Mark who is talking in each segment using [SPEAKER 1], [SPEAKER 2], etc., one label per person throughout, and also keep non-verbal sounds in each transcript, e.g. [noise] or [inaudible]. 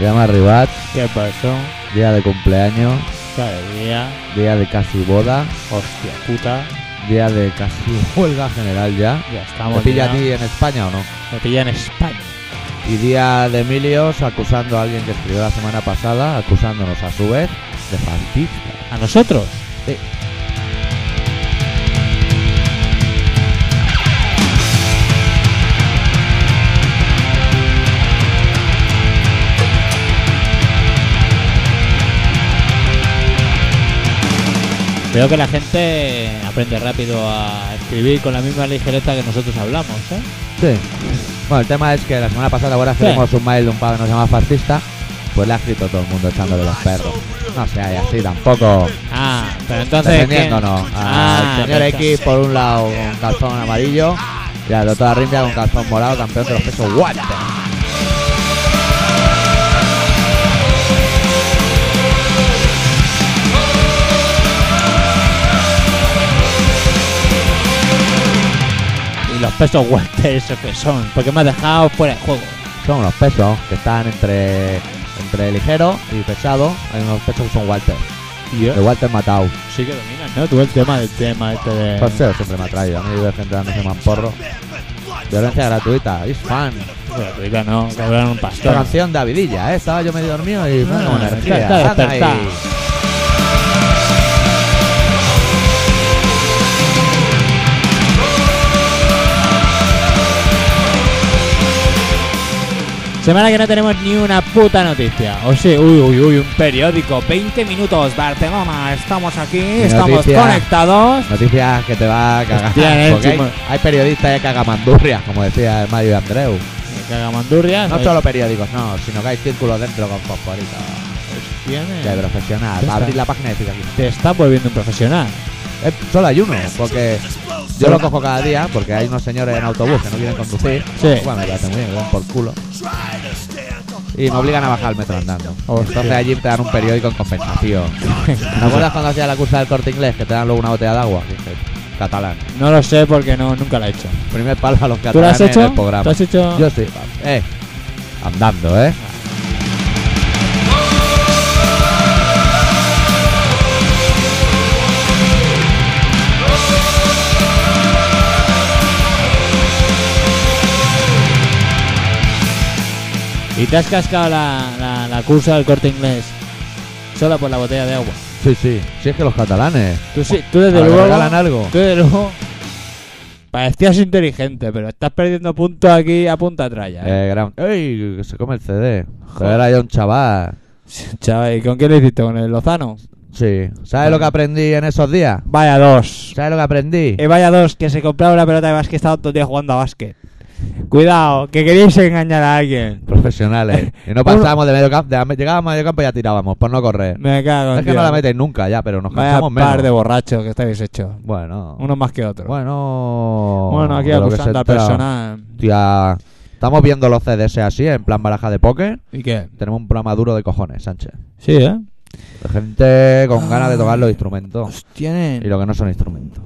[SPEAKER 1] Ja hem arribat,
[SPEAKER 2] Què passa?
[SPEAKER 1] dia de cumpleaños,
[SPEAKER 2] Cada dia,
[SPEAKER 1] dia de casi boda,
[SPEAKER 2] hòstia puta,
[SPEAKER 1] día de casi [laughs] huelga general ya.
[SPEAKER 2] ja estamos.
[SPEAKER 1] ¿Te pilla
[SPEAKER 2] ya.
[SPEAKER 1] a ti en España o no?
[SPEAKER 2] Me pilla en España.
[SPEAKER 1] Y día de Emilios acusando a alguien que escribió la semana pasada, acusándonos a su vez de fascista.
[SPEAKER 2] ¿A nosotros?
[SPEAKER 1] Sí.
[SPEAKER 2] Veo que la gente aprende rápido a escribir con la misma ligereza que nosotros hablamos, ¿eh?
[SPEAKER 1] Sí. Bueno, el tema es que la semana pasada ahora
[SPEAKER 2] Sí.
[SPEAKER 1] tenemos un mail de un pavo que nos llama fascista, pues le ha escrito todo el mundo echándole los perros. No sea y así tampoco
[SPEAKER 2] Ah, pero entonces... ¿qué?
[SPEAKER 1] defendiéndonos
[SPEAKER 2] Ah,
[SPEAKER 1] al señor
[SPEAKER 2] pero-
[SPEAKER 1] X por un lado con calzón amarillo y al otro Arrimia con calzón morado, campeón de los pesos guantes.
[SPEAKER 2] Y los pesos guantes esos que son, porque me has dejado fuera de juego.
[SPEAKER 1] Son unos pesos que están entre entre ligero y pesado, hay unos pesos que son Walter,
[SPEAKER 2] Y
[SPEAKER 1] de Walter Matau.
[SPEAKER 2] sí que dominas, ¿no? Tú el tema del tema este de...
[SPEAKER 1] Por ser siempre me ha traído, a mí de gente dándose mamporro. Violencia gratuita, is fan.
[SPEAKER 2] Gratuita, Pues no, que hablan un
[SPEAKER 1] Esta
[SPEAKER 2] pastor.
[SPEAKER 1] canción de Avidilla, ¿eh? Estaba yo medio dormido y me
[SPEAKER 2] Ah,
[SPEAKER 1] da una
[SPEAKER 2] está-
[SPEAKER 1] energía.
[SPEAKER 2] está
[SPEAKER 1] Anda ahí.
[SPEAKER 2] despertado. Semana que no tenemos ni una puta noticia. O sí, uy, uy, uy, un periódico. 20 minutos, Barcelona. Estamos aquí, estamos
[SPEAKER 1] noticia.
[SPEAKER 2] conectados.
[SPEAKER 1] Noticias que te va a cagar.
[SPEAKER 2] Hostia, eh,
[SPEAKER 1] porque hay,
[SPEAKER 2] chimo.
[SPEAKER 1] hay periodistas que cagan mandurrias, como decía el Mario Andreu.
[SPEAKER 2] Cagamandurrias.
[SPEAKER 1] No solo periódicos, no, sino que hay círculos dentro con fosforito. De profesional. Va a abrir la página y decir aquí.
[SPEAKER 2] Te estás volviendo un profesional. [laughs]
[SPEAKER 1] Eh, solo hay uno, porque yo lo cojo cada día, porque hay unos señores en autobús que no quieren conducir.
[SPEAKER 2] Sí.
[SPEAKER 1] Bueno, me parece muy bien, me dan por culo. Y me obligan a bajar el metro andando.
[SPEAKER 2] Hostia.
[SPEAKER 1] Entonces allí te dan un periódico en compensación. ¿Te acuerdas cuando hacía la cursa del corte inglés que te dan luego una botella de agua? Dije, catalán.
[SPEAKER 2] No lo sé porque no nunca la he hecho.
[SPEAKER 1] Primer palo a los catalanes
[SPEAKER 2] ¿Tú lo has
[SPEAKER 1] en
[SPEAKER 2] hecho?
[SPEAKER 1] el programa.
[SPEAKER 2] ¿Tú has hecho? Ah.
[SPEAKER 1] Yo sí, va- eh. Andando, ¿eh?
[SPEAKER 2] ¿Y te has cascado la, la, la cursa del corte inglés solo por la botella de agua?
[SPEAKER 1] Sí, sí. Si es que los catalanes.
[SPEAKER 2] Tú, sí, tú desde
[SPEAKER 1] ahora que
[SPEAKER 2] luego.
[SPEAKER 1] regalan algo.
[SPEAKER 2] Tú desde luego. Parecías inteligente, pero estás perdiendo puntos aquí a punta tralla. ¿eh?
[SPEAKER 1] Eh, gran... ¡Ey! Que se come el CD. Joder, era yo un chaval.
[SPEAKER 2] Chaval, ¿y con quién lo hiciste? ¿Con el Lozano?
[SPEAKER 1] Sí. ¿Sabes lo que aprendí en esos días?
[SPEAKER 2] Vaya dos.
[SPEAKER 1] ¿Sabes lo que aprendí?
[SPEAKER 2] Y vaya dos, que se compraba una pelota de básquet, estaba todo el día jugando a básquet. Cuidado, que queréis engañar a alguien. [laughs]
[SPEAKER 1] Profesionales. Y no
[SPEAKER 2] Uno-
[SPEAKER 1] pasábamos de medio campo. de- llegábamos a medio campo y ya tirábamos, por no correr.
[SPEAKER 2] Me cago en
[SPEAKER 1] Es que
[SPEAKER 2] Dios.
[SPEAKER 1] no la metéis nunca ya, pero nos
[SPEAKER 2] Vaya
[SPEAKER 1] cansamos
[SPEAKER 2] par
[SPEAKER 1] menos.
[SPEAKER 2] de borrachos que estáis hechos.
[SPEAKER 1] Bueno.
[SPEAKER 2] Uno más que otro.
[SPEAKER 1] Bueno.
[SPEAKER 2] Bueno, aquí
[SPEAKER 1] de lo que se
[SPEAKER 2] acusando a
[SPEAKER 1] entera.
[SPEAKER 2] personal.
[SPEAKER 1] Hostia, Estamos viendo los CDS así, en plan baraja de póker.
[SPEAKER 2] ¿Y qué?
[SPEAKER 1] Tenemos un programa duro de cojones, Sánchez.
[SPEAKER 2] Sí, ¿eh?
[SPEAKER 1] De gente con ganas de tocar los instrumentos.
[SPEAKER 2] Os tienen.
[SPEAKER 1] Y lo que no son instrumentos.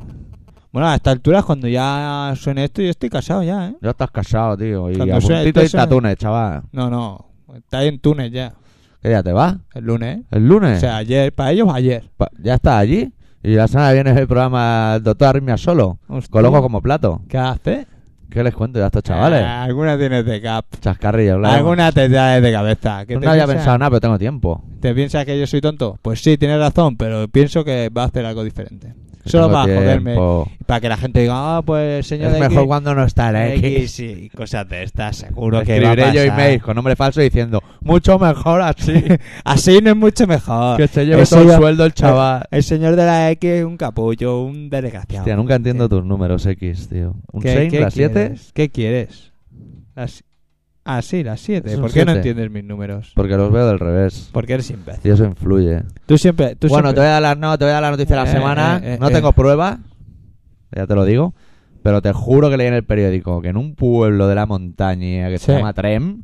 [SPEAKER 2] Bueno, a esta altura, cuando ya suene esto, yo estoy casado ya, ¿eh?
[SPEAKER 1] Ya estás casado, tío. Y
[SPEAKER 2] Cuando
[SPEAKER 1] a
[SPEAKER 2] suene-
[SPEAKER 1] puntito
[SPEAKER 2] esto
[SPEAKER 1] y
[SPEAKER 2] suene-
[SPEAKER 1] tatunes, chaval.
[SPEAKER 2] No, no. Está ahí en Túnez ya.
[SPEAKER 1] ¿Qué día te vas?
[SPEAKER 2] El lunes, ¿eh?
[SPEAKER 1] ¿El lunes?
[SPEAKER 2] O sea, ayer. Para ellos, ayer.
[SPEAKER 1] Pa- ¿Ya estás allí? Y la semana viene el programa Doctor Arritmia Solo.
[SPEAKER 2] Hostia.
[SPEAKER 1] Con loco como plato.
[SPEAKER 2] ¿Qué hace?
[SPEAKER 1] ¿Qué les cuento yo a estos chavales?
[SPEAKER 2] Ah, alguna tienes de cap.
[SPEAKER 1] Chascarrillo, hablar.
[SPEAKER 2] Alguna te traes de cabeza. ¿Qué
[SPEAKER 1] No
[SPEAKER 2] te
[SPEAKER 1] había
[SPEAKER 2] piensas?
[SPEAKER 1] Pues pensado nada, pero tengo tiempo.
[SPEAKER 2] ¿Te piensas que yo soy tonto? Pues sí, tienes razón, pero pienso que va a hacer algo diferente.
[SPEAKER 1] Que
[SPEAKER 2] Solo
[SPEAKER 1] tengo
[SPEAKER 2] para joderme.
[SPEAKER 1] tiempo.
[SPEAKER 2] Para que la gente diga, ah, pues el señor
[SPEAKER 1] Es
[SPEAKER 2] X,
[SPEAKER 1] mejor cuando no está la
[SPEAKER 2] X,
[SPEAKER 1] X.
[SPEAKER 2] sí, cosas de estas, seguro que va a
[SPEAKER 1] Escribiré yo
[SPEAKER 2] pasar.
[SPEAKER 1] email con nombre falso diciendo mucho mejor así.
[SPEAKER 2] [laughs] Así no es mucho mejor.
[SPEAKER 1] que se lleve
[SPEAKER 2] Eso
[SPEAKER 1] todo el
[SPEAKER 2] ya-
[SPEAKER 1] sueldo el chaval.
[SPEAKER 2] El señor de la X es un capullo, un desgraciado.
[SPEAKER 1] Hostia, nunca entiendo tus números X, tío. ¿Un
[SPEAKER 2] ¿Qué-
[SPEAKER 1] 6,
[SPEAKER 2] qué
[SPEAKER 1] la 7?
[SPEAKER 2] quieres? ¿Qué quieres? Las... Ah, sí, las 7.
[SPEAKER 1] Es un
[SPEAKER 2] ¿Por qué no
[SPEAKER 1] siete.
[SPEAKER 2] entiendes mis números?
[SPEAKER 1] Porque los veo del revés.
[SPEAKER 2] Porque eres imbécil.
[SPEAKER 1] Y eso influye.
[SPEAKER 2] Tú siempre... Tú
[SPEAKER 1] bueno, te
[SPEAKER 2] siempre-
[SPEAKER 1] voy, a dar la, no, te voy a dar la noticia de la
[SPEAKER 2] Eh,
[SPEAKER 1] semana.
[SPEAKER 2] eh, eh,
[SPEAKER 1] no
[SPEAKER 2] eh.
[SPEAKER 1] tengo pruebas, ya te lo digo. Pero te juro que leí en el periódico que en un pueblo de la montaña que se
[SPEAKER 2] Sí.
[SPEAKER 1] llama Trem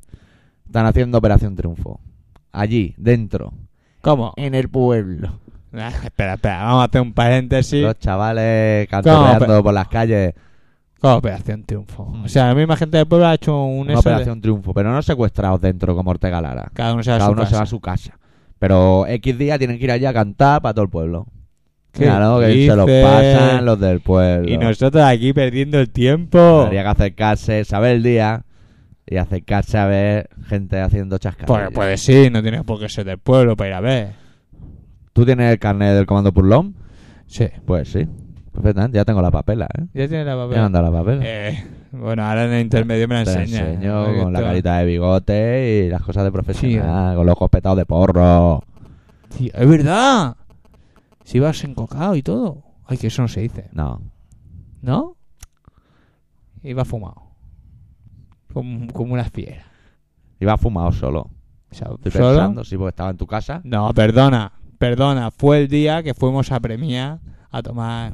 [SPEAKER 1] están haciendo Operación Triunfo. Allí, dentro.
[SPEAKER 2] ¿Cómo?
[SPEAKER 1] En el pueblo.
[SPEAKER 2] Ah, espera, espera, vamos a hacer un paréntesis.
[SPEAKER 1] Los chavales
[SPEAKER 2] ¿Cómo?
[SPEAKER 1] canturreando por las calles.
[SPEAKER 2] Claro, Operación Triunfo. O sea, la misma gente del pueblo ha hecho un
[SPEAKER 1] Mm. Una
[SPEAKER 2] eso de-
[SPEAKER 1] operación triunfo, pero no secuestrados dentro como Ortega Lara.
[SPEAKER 2] Cada uno se va a
[SPEAKER 1] Cada
[SPEAKER 2] su
[SPEAKER 1] uno se
[SPEAKER 2] casa.
[SPEAKER 1] va a su casa. Pero X día tienen que ir allí a cantar para todo el pueblo.
[SPEAKER 2] ¿Qué
[SPEAKER 1] Claro, que se los
[SPEAKER 2] dices?
[SPEAKER 1] pasan los del pueblo.
[SPEAKER 2] Y nosotros aquí perdiendo el tiempo.
[SPEAKER 1] Habría que acercarse, saber el día y acercarse a ver gente haciendo chascarrillos.
[SPEAKER 2] Pues, pues sí, no tienes por qué ser del pueblo para ir a ver.
[SPEAKER 1] ¿Tú tienes el carnet del comando Purlón?
[SPEAKER 2] Sí.
[SPEAKER 1] Pues sí. Perfectamente, ya tengo la papela, ¿eh?
[SPEAKER 2] Ya tienes la
[SPEAKER 1] Ya me han dado la papela.
[SPEAKER 2] Eh, bueno, ahora en el intermedio me la
[SPEAKER 1] Te
[SPEAKER 2] enseña.
[SPEAKER 1] enseño
[SPEAKER 2] Porque
[SPEAKER 1] con la
[SPEAKER 2] esto- eh.
[SPEAKER 1] carita de bigote y las cosas de profesional, con los ojos petados de porro.
[SPEAKER 2] Tío, es verdad. Si vas encocado y todo. Ay, que eso no se dice.
[SPEAKER 1] No.
[SPEAKER 2] ¿No? Iba fumado. Como, como una fiera.
[SPEAKER 1] Iba fumado solo.
[SPEAKER 2] O sea,
[SPEAKER 1] Estoy
[SPEAKER 2] solo-
[SPEAKER 1] pensando, sí, porque estaba en tu casa.
[SPEAKER 2] No, perdona. Perdona. Fue el día que fuimos a Premia a tomar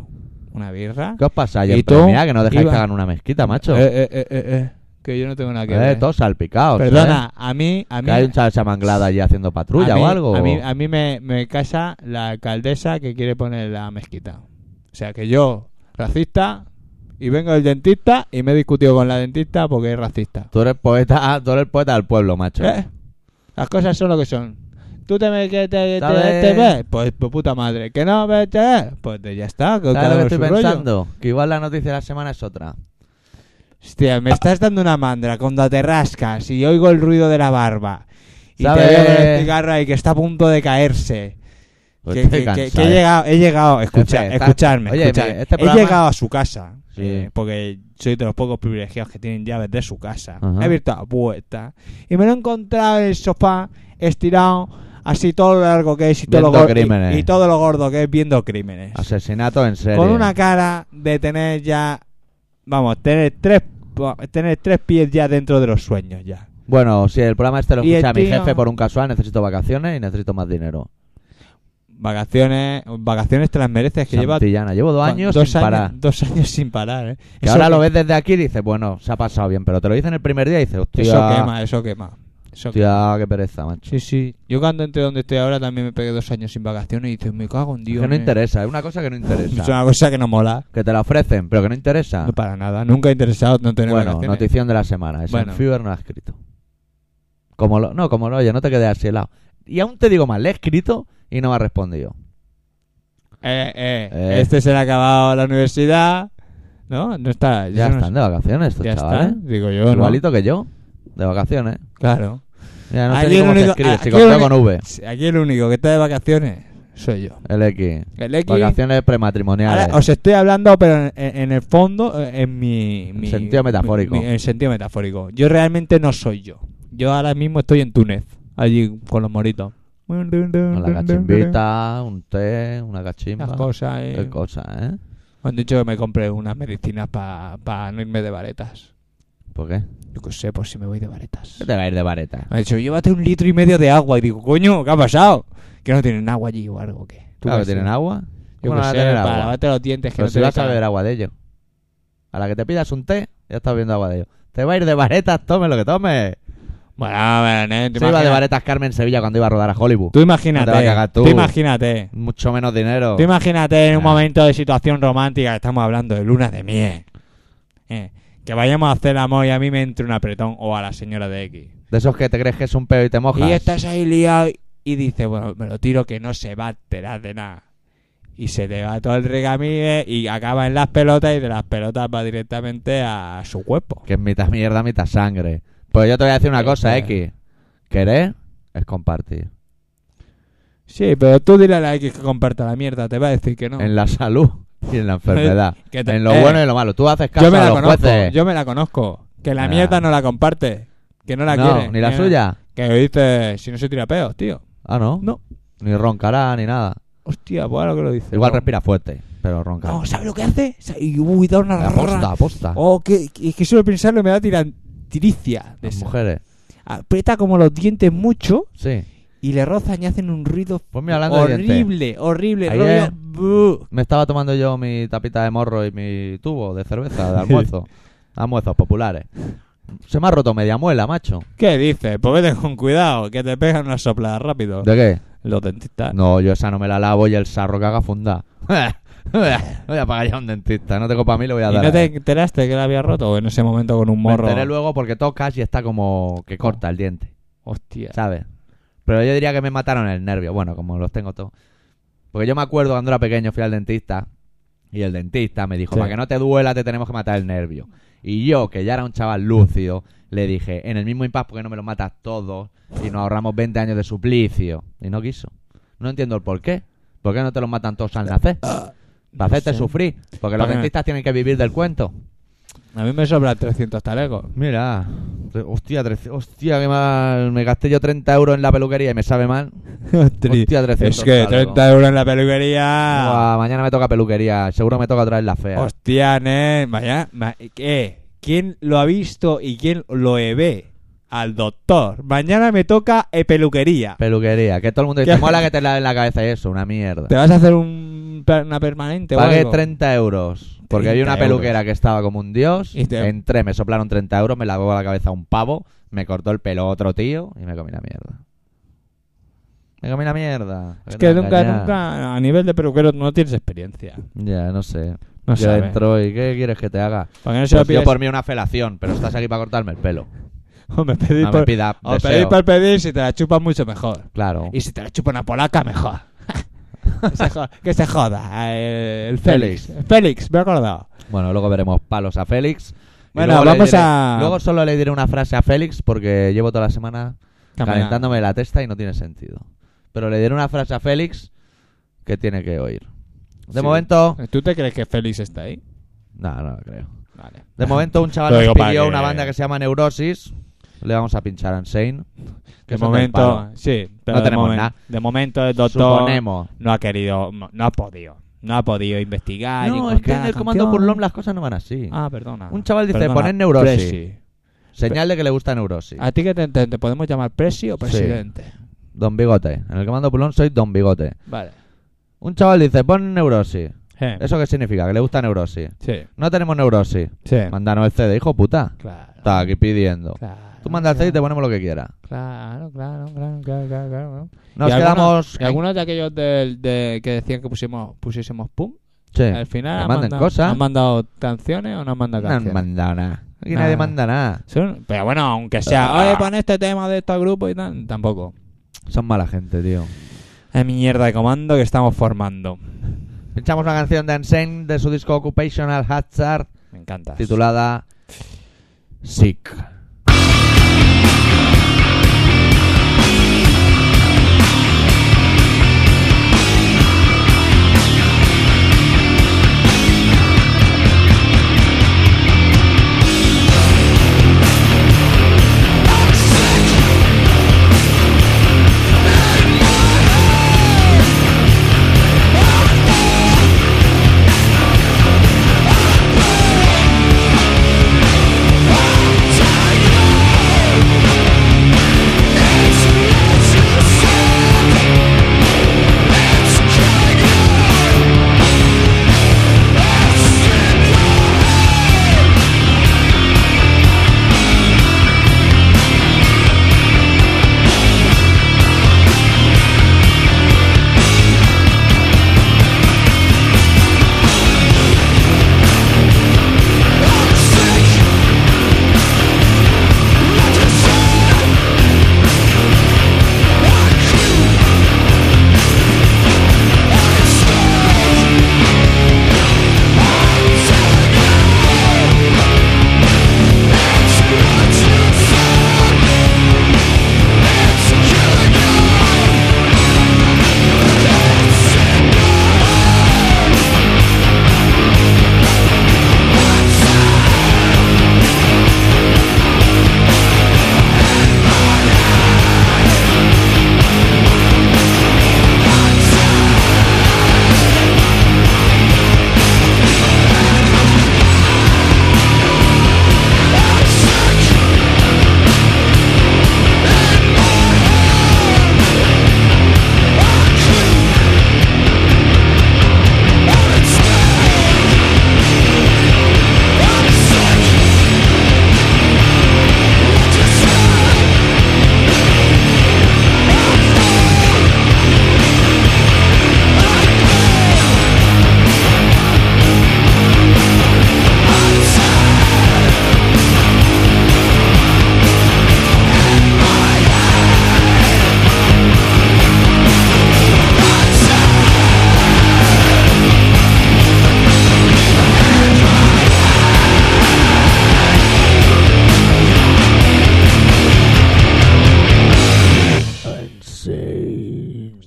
[SPEAKER 2] una birra.
[SPEAKER 1] ¿Qué os pasa
[SPEAKER 2] ¿Y
[SPEAKER 1] ayer,
[SPEAKER 2] tú?
[SPEAKER 1] Premia, que no dejáis
[SPEAKER 2] Iba-
[SPEAKER 1] que hagan una mezquita, macho?
[SPEAKER 2] Eh, eh, eh, eh, eh, que yo no tengo nada que
[SPEAKER 1] Eh,
[SPEAKER 2] ver.
[SPEAKER 1] todos salpicados.
[SPEAKER 2] Perdona, a mí. A
[SPEAKER 1] ¿eh?
[SPEAKER 2] mí
[SPEAKER 1] Que hay un chaval chamanglada allí haciendo patrulla
[SPEAKER 2] a mí-
[SPEAKER 1] o algo.
[SPEAKER 2] A mí, a mí me, me casa la alcaldesa que quiere poner la mezquita. O sea, que yo, racista, y vengo del dentista y me he discutido con la dentista porque es racista.
[SPEAKER 1] Tú eres poeta, [laughs] ah, tú eres poeta del pueblo, macho.
[SPEAKER 2] ¿Eh? Las cosas son lo que son. Tú te me que te, te-
[SPEAKER 1] ¿Sabes?
[SPEAKER 2] te ves, pues, pues puta madre. Que no me te ves, pues ya está. que
[SPEAKER 1] ¿Sabes
[SPEAKER 2] cada
[SPEAKER 1] lo que
[SPEAKER 2] uno su
[SPEAKER 1] estoy
[SPEAKER 2] rollo.
[SPEAKER 1] pensando? Que igual la noticia de la semana es otra.
[SPEAKER 2] Hostia, me estás dando una mandra cuando te rascas y oigo el ruido de la barba. Y te
[SPEAKER 1] ¿Sabes?
[SPEAKER 2] veo con el cigarro ahí que está a punto de caerse.
[SPEAKER 1] Pues
[SPEAKER 2] que,
[SPEAKER 1] estoy
[SPEAKER 2] que- que- que
[SPEAKER 1] cansado.
[SPEAKER 2] he llegado, he llegado, escucha,
[SPEAKER 1] Jefe, está-
[SPEAKER 2] escucharme,
[SPEAKER 1] Oye,
[SPEAKER 2] escuchadme.
[SPEAKER 1] mire, este
[SPEAKER 2] he
[SPEAKER 1] programa-
[SPEAKER 2] llegado a su casa,
[SPEAKER 1] Sí.
[SPEAKER 2] eh, porque soy de los pocos privilegiados que tienen llaves de su casa.
[SPEAKER 1] Ajá.
[SPEAKER 2] He abierto la puerta y me lo he encontrado en el sofá, estirado, así todo lo largo que es y todo, lo
[SPEAKER 1] Viendo
[SPEAKER 2] gor- y-
[SPEAKER 1] crímenes.
[SPEAKER 2] y todo lo gordo que es viendo crímenes.
[SPEAKER 1] Asesinato en serie.
[SPEAKER 2] Con una cara de tener ya, vamos, tener tres, tener tres pies ya dentro de los sueños ya.
[SPEAKER 1] Bueno, si el programa este lo
[SPEAKER 2] Y el
[SPEAKER 1] escucha mi
[SPEAKER 2] tío-
[SPEAKER 1] jefe por un casual, necesito vacaciones y necesito más dinero.
[SPEAKER 2] Vacaciones, vacaciones te las mereces, que lleva
[SPEAKER 1] Santillana, llevo dos años
[SPEAKER 2] dos
[SPEAKER 1] sin
[SPEAKER 2] años,
[SPEAKER 1] parar.
[SPEAKER 2] Dos años sin parar, ¿eh?
[SPEAKER 1] Que ahora lo ves desde aquí y dices, bueno, se ha pasado bien, pero te lo dicen el primer día y dices, hostia,
[SPEAKER 2] Eso quema, eso quema. Eso quema.
[SPEAKER 1] hostia, qué pereza, macho.
[SPEAKER 2] Sí, sí. Yo cuando entré donde estoy ahora también me pegué dos años sin vacaciones y dices, me cago en Dios.
[SPEAKER 1] que no
[SPEAKER 2] eh.
[SPEAKER 1] interesa, es una cosa que no interesa.
[SPEAKER 2] Es una cosa que no mola.
[SPEAKER 1] Que te la ofrecen, pero que no interesa.
[SPEAKER 2] No para nada. Nunca he interesado no tener
[SPEAKER 1] Ah. bueno,
[SPEAKER 2] vacaciones.
[SPEAKER 1] notición de la semana. Es
[SPEAKER 2] Bueno.
[SPEAKER 1] Fever no la ha escrito. Como lo, no, como lo oye, no te quedes así helado. Y aún te digo más, le he escrito y no me ha respondido.
[SPEAKER 2] Eh, eh,
[SPEAKER 1] Eh.
[SPEAKER 2] Este se le ha acabado la universidad. ¿No? No está.
[SPEAKER 1] Ya
[SPEAKER 2] yo no
[SPEAKER 1] están
[SPEAKER 2] sé.
[SPEAKER 1] de vacaciones estos
[SPEAKER 2] Ya
[SPEAKER 1] chavales.
[SPEAKER 2] está. Digo yo, ¿no?
[SPEAKER 1] Igualito que yo, de vacaciones.
[SPEAKER 2] Claro.
[SPEAKER 1] Ya no sé
[SPEAKER 2] Aquí
[SPEAKER 1] ni
[SPEAKER 2] el
[SPEAKER 1] cómo se
[SPEAKER 2] Ah, único-
[SPEAKER 1] escribe,
[SPEAKER 2] aquí
[SPEAKER 1] si
[SPEAKER 2] el
[SPEAKER 1] conteo
[SPEAKER 2] único-
[SPEAKER 1] con V.
[SPEAKER 2] Aquí el único que está de vacaciones soy yo.
[SPEAKER 1] El X.
[SPEAKER 2] El X.
[SPEAKER 1] Vacaciones prematrimoniales.
[SPEAKER 2] Ahora os estoy hablando, pero en, en el fondo, eh, en mi. mi-
[SPEAKER 1] sentido metafórico.
[SPEAKER 2] mi- en sentido metafórico. Yo realmente no soy yo. Yo ahora mismo estoy en Túnez, allí con los moritos.
[SPEAKER 1] Con la cachimbita, un té, una cachimba.
[SPEAKER 2] Las cosas, eh.
[SPEAKER 1] Qué cosa, ¿eh?
[SPEAKER 2] Me han dicho que me compré unas medicinas para no irme de varetas.
[SPEAKER 1] ¿Por qué?
[SPEAKER 2] Yo qué sé, por si me voy de varetas.
[SPEAKER 1] ¿Qué te va a ir de vareta?
[SPEAKER 2] Me ha dicho, llévate un litro y medio de agua. Y digo, coño, ¿qué ha pasado? Que no tienen agua allí o algo, ¿qué? ¿Tú
[SPEAKER 1] Claro,
[SPEAKER 2] qué
[SPEAKER 1] que tienen
[SPEAKER 2] sé?
[SPEAKER 1] agua.
[SPEAKER 2] Yo
[SPEAKER 1] ¿Cómo
[SPEAKER 2] qué
[SPEAKER 1] no va a
[SPEAKER 2] sé,
[SPEAKER 1] tener
[SPEAKER 2] para
[SPEAKER 1] agua?
[SPEAKER 2] lavarte los dientes, que
[SPEAKER 1] Pero
[SPEAKER 2] no
[SPEAKER 1] si
[SPEAKER 2] te
[SPEAKER 1] vas a
[SPEAKER 2] dejan.
[SPEAKER 1] beber agua de ellos. A la que te pidas un té, ya estás viendo agua de ellos. Te va a ir de varetas, tome lo que tome.
[SPEAKER 2] Bueno, bueno, eh, te
[SPEAKER 1] Se iba de
[SPEAKER 2] imaginas-
[SPEAKER 1] varetas Carmen Sevilla cuando iba a rodar a Hollywood.
[SPEAKER 2] Tú imagínate,
[SPEAKER 1] No te vas a cagar tú.
[SPEAKER 2] tú imagínate.
[SPEAKER 1] Mucho menos dinero.
[SPEAKER 2] Tú imagínate en un
[SPEAKER 1] Ah.
[SPEAKER 2] momento de situación romántica, estamos hablando de luna de miel. Eh, que vayamos a hacer amor y a mí me entre un apretón o a la señora de X.
[SPEAKER 1] De esos que te crees que es un pedo y te mojas.
[SPEAKER 2] Y estás ahí liado y dices, bueno, me lo tiro que no se va a enterar de nada. Y se te va todo el regamide y acaba en las pelotas y de las pelotas va directamente a su cuerpo.
[SPEAKER 1] Que es mitad mierda, mitad sangre. Pues yo te voy a decir una
[SPEAKER 2] Sí,
[SPEAKER 1] cosa,
[SPEAKER 2] sí.
[SPEAKER 1] X. Querer es compartir.
[SPEAKER 2] Sí, pero tú dile a la X que comparta la mierda, te va a decir que no.
[SPEAKER 1] En la salud y en la enfermedad.
[SPEAKER 2] [laughs] Que te-
[SPEAKER 1] en lo
[SPEAKER 2] eh,
[SPEAKER 1] bueno y lo malo. Tú haces caso
[SPEAKER 2] Yo me
[SPEAKER 1] a
[SPEAKER 2] la
[SPEAKER 1] los
[SPEAKER 2] conozco,
[SPEAKER 1] jueces.
[SPEAKER 2] yo me la conozco. Que la
[SPEAKER 1] Ah.
[SPEAKER 2] mierda no la comparte, que no la
[SPEAKER 1] no,
[SPEAKER 2] quiere. Eh.
[SPEAKER 1] ni la
[SPEAKER 2] que no-
[SPEAKER 1] suya.
[SPEAKER 2] Que dice, si no se tira peos, tío.
[SPEAKER 1] Ah, ¿no?
[SPEAKER 2] No.
[SPEAKER 1] Ni roncará ni nada.
[SPEAKER 2] Hostia, pues ahora que lo dice.
[SPEAKER 1] Igual
[SPEAKER 2] No.
[SPEAKER 1] respira fuerte, pero ronca.
[SPEAKER 2] No, ¿sabes lo que hace? Sa- Y uy, da una
[SPEAKER 1] aposta,
[SPEAKER 2] rara.
[SPEAKER 1] aposta.
[SPEAKER 2] Oh, que, que- es que solo pensarlo me da tiran, tiricia. De
[SPEAKER 1] Las
[SPEAKER 2] esa.
[SPEAKER 1] mujeres.
[SPEAKER 2] Aprieta como los dientes mucho
[SPEAKER 1] Sí.
[SPEAKER 2] y le rozan y hacen un ruido
[SPEAKER 1] Pues mira, hablando de dientes.
[SPEAKER 2] horrible, horrible.
[SPEAKER 1] Ayer-
[SPEAKER 2] rollo, buh.
[SPEAKER 1] Me estaba tomando yo mi tapita de morro y mi tubo de cerveza
[SPEAKER 2] [laughs]
[SPEAKER 1] de almuerzo. Almuerzos populares. Se me ha roto media muela, macho.
[SPEAKER 2] ¿Qué dices? Pues vete con cuidado, que te pegan una soplada rápido.
[SPEAKER 1] ¿De qué?
[SPEAKER 2] Los dentistas.
[SPEAKER 1] No, yo esa no me la lavo y el sarro que haga funda. [laughs] voy a pagar ya a un dentista, no tengo para mí, le voy a
[SPEAKER 2] ¿Y
[SPEAKER 1] dar.
[SPEAKER 2] no
[SPEAKER 1] a
[SPEAKER 2] te
[SPEAKER 1] él.
[SPEAKER 2] enteraste que la había roto? ¿O en ese momento con un
[SPEAKER 1] Me
[SPEAKER 2] morro?
[SPEAKER 1] enteré luego porque tocas y está como que corta el diente,
[SPEAKER 2] Hostia.
[SPEAKER 1] ¿sabes? Pero yo diría que me mataron el nervio, bueno, como los tengo todos. Porque yo me acuerdo cuando era pequeño fui al dentista y el dentista me dijo,
[SPEAKER 2] Sí.
[SPEAKER 1] para que no te duela te tenemos que matar el nervio. Y yo, que ya era un chaval lúcido, le dije, en el mismo impasse porque no me lo matas todos y nos ahorramos 20 años de suplicio. Y no quiso. No entiendo el por qué. ¿Por qué no te los matan todos al nacer?
[SPEAKER 2] No
[SPEAKER 1] Para hacerte
[SPEAKER 2] sé.
[SPEAKER 1] sufrir. Porque los
[SPEAKER 2] Para-
[SPEAKER 1] dentistas tienen que vivir del cuento.
[SPEAKER 2] A mí me sobran 300 [laughs] talegos.
[SPEAKER 1] Mira, tre- hostia, trece- hostia, qué mal. Me gasté yo 30 euros en la peluquería y me sabe mal. Hostia, 300
[SPEAKER 2] es que
[SPEAKER 1] talegos.
[SPEAKER 2] 30 euros en la peluquería.
[SPEAKER 1] Buah, mañana me toca peluquería. Seguro me toca otra vez la fea.
[SPEAKER 2] Hostia, nen. Mañana, ma- ¿qué? ¿Quién lo ha visto y quién lo ve? Al doctor. Mañana me toca eh, peluquería.
[SPEAKER 1] Peluquería, que todo el mundo dice,
[SPEAKER 2] ¿Qué?
[SPEAKER 1] mola que te la den la cabeza y eso, una mierda.
[SPEAKER 2] ¿Te vas a hacer un, per- una permanente o
[SPEAKER 1] Pagué
[SPEAKER 2] algo?
[SPEAKER 1] 30 euros. Porque había
[SPEAKER 2] 30
[SPEAKER 1] una peluquera que estaba como un dios.
[SPEAKER 2] Y te-
[SPEAKER 1] Entré, me soplaron 30 euros, me lavó la cabeza un pavo, me cortó el pelo otro tío y me comí la mierda. Me comí la mierda.
[SPEAKER 2] Es que
[SPEAKER 1] No
[SPEAKER 2] nunca,
[SPEAKER 1] engañar.
[SPEAKER 2] nunca, a nivel de peluquero no tienes experiencia.
[SPEAKER 1] Ya, no sé.
[SPEAKER 2] No
[SPEAKER 1] yo
[SPEAKER 2] sabes.
[SPEAKER 1] entro y ¿qué quieres que te haga?
[SPEAKER 2] Para que no se lo
[SPEAKER 1] Pues yo
[SPEAKER 2] pidas- [laughs]
[SPEAKER 1] por mí una felación, pero estás aquí para cortarme el pelo.
[SPEAKER 2] O me pedís
[SPEAKER 1] No me
[SPEAKER 2] por,
[SPEAKER 1] pidas
[SPEAKER 2] o
[SPEAKER 1] deseo.
[SPEAKER 2] pedís por pedir, si te la chupan mucho mejor.
[SPEAKER 1] Claro.
[SPEAKER 2] Y si te la chupa una polaca, mejor. [laughs] que, se jo- que se joda. eh, El, el Félix. Félix, me he acordado.
[SPEAKER 1] Bueno, luego veremos palos a Félix. Y
[SPEAKER 2] Bueno,
[SPEAKER 1] luego le
[SPEAKER 2] vamos
[SPEAKER 1] diré-
[SPEAKER 2] a-
[SPEAKER 1] Luego solo le diré una frase a Félix porque llevo toda la semana
[SPEAKER 2] Caminando.
[SPEAKER 1] calentándome la testa y no tiene sentido. Pero le diré una frase a Félix que tiene que oír. De
[SPEAKER 2] Sí.
[SPEAKER 1] momento...
[SPEAKER 2] ¿Tú te crees que Félix está ahí?
[SPEAKER 1] No, no lo creo.
[SPEAKER 2] Vale.
[SPEAKER 1] De momento un chaval
[SPEAKER 2] Ah. Lo
[SPEAKER 1] nos
[SPEAKER 2] digo para
[SPEAKER 1] pidió
[SPEAKER 2] que-
[SPEAKER 1] una banda que se llama Neurosis. Le vamos a pinchar a Insane. que son del
[SPEAKER 2] De momento,
[SPEAKER 1] palo.
[SPEAKER 2] sí. Pero
[SPEAKER 1] No
[SPEAKER 2] de
[SPEAKER 1] tenemos
[SPEAKER 2] momen-
[SPEAKER 1] nada.
[SPEAKER 2] De momento el doctor
[SPEAKER 1] Suponemos.
[SPEAKER 2] no ha querido, no, no ha podido. No ha podido investigar. ni
[SPEAKER 1] no, es que en
[SPEAKER 2] encontrar
[SPEAKER 1] el
[SPEAKER 2] la
[SPEAKER 1] comando
[SPEAKER 2] canción.
[SPEAKER 1] Purlom las cosas no van así.
[SPEAKER 2] Ah, perdona.
[SPEAKER 1] Un chaval dice,
[SPEAKER 2] Perdona,
[SPEAKER 1] "Poned neurosis".
[SPEAKER 2] Presi.
[SPEAKER 1] Señal de que le gusta Neurosis.
[SPEAKER 2] ¿A ti que te, te- te podemos llamar Presi o presidente?
[SPEAKER 1] Don Bigote. En el comando Purlom soy Don Bigote.
[SPEAKER 2] Vale.
[SPEAKER 1] Un chaval dice, pon Neurosis.
[SPEAKER 2] Eh,
[SPEAKER 1] ¿Eso qué significa? Que le gusta Neurosis.
[SPEAKER 2] Sí,
[SPEAKER 1] No tenemos Neurosis.
[SPEAKER 2] sí.
[SPEAKER 1] Mándanos el CD, hijo puta.
[SPEAKER 2] Claro.
[SPEAKER 1] Está aquí pidiendo.
[SPEAKER 2] claro,
[SPEAKER 1] Tú mandas el CD y te ponemos lo que quieras.
[SPEAKER 2] Claro, claro, claro, claro, claro, claro.
[SPEAKER 1] Nos
[SPEAKER 2] ¿Y
[SPEAKER 1] quedamos...
[SPEAKER 2] Algunos, y algunos de aquellos del- de, que decían que pusimos, pusiésemos pum,
[SPEAKER 1] Sí.
[SPEAKER 2] al final
[SPEAKER 1] Que
[SPEAKER 2] han
[SPEAKER 1] manden
[SPEAKER 2] mandado,
[SPEAKER 1] Eh, cosas.
[SPEAKER 2] ¿han mandado canciones o no han mandado
[SPEAKER 1] No han
[SPEAKER 2] canciones?
[SPEAKER 1] mandado nada. Aquí
[SPEAKER 2] Nada.
[SPEAKER 1] nadie manda nada.
[SPEAKER 2] Son- pero bueno, aunque sea,
[SPEAKER 1] Ah.
[SPEAKER 2] oye, pon este tema de este grupo y tal, tampoco.
[SPEAKER 1] Son mala gente, tío.
[SPEAKER 2] Es mierda de comando que estamos formando.
[SPEAKER 1] Pinchamos una canción de Insane E de su disco Occupational Hazard
[SPEAKER 2] Me encanta.
[SPEAKER 1] titulada Sick.
[SPEAKER 3] Time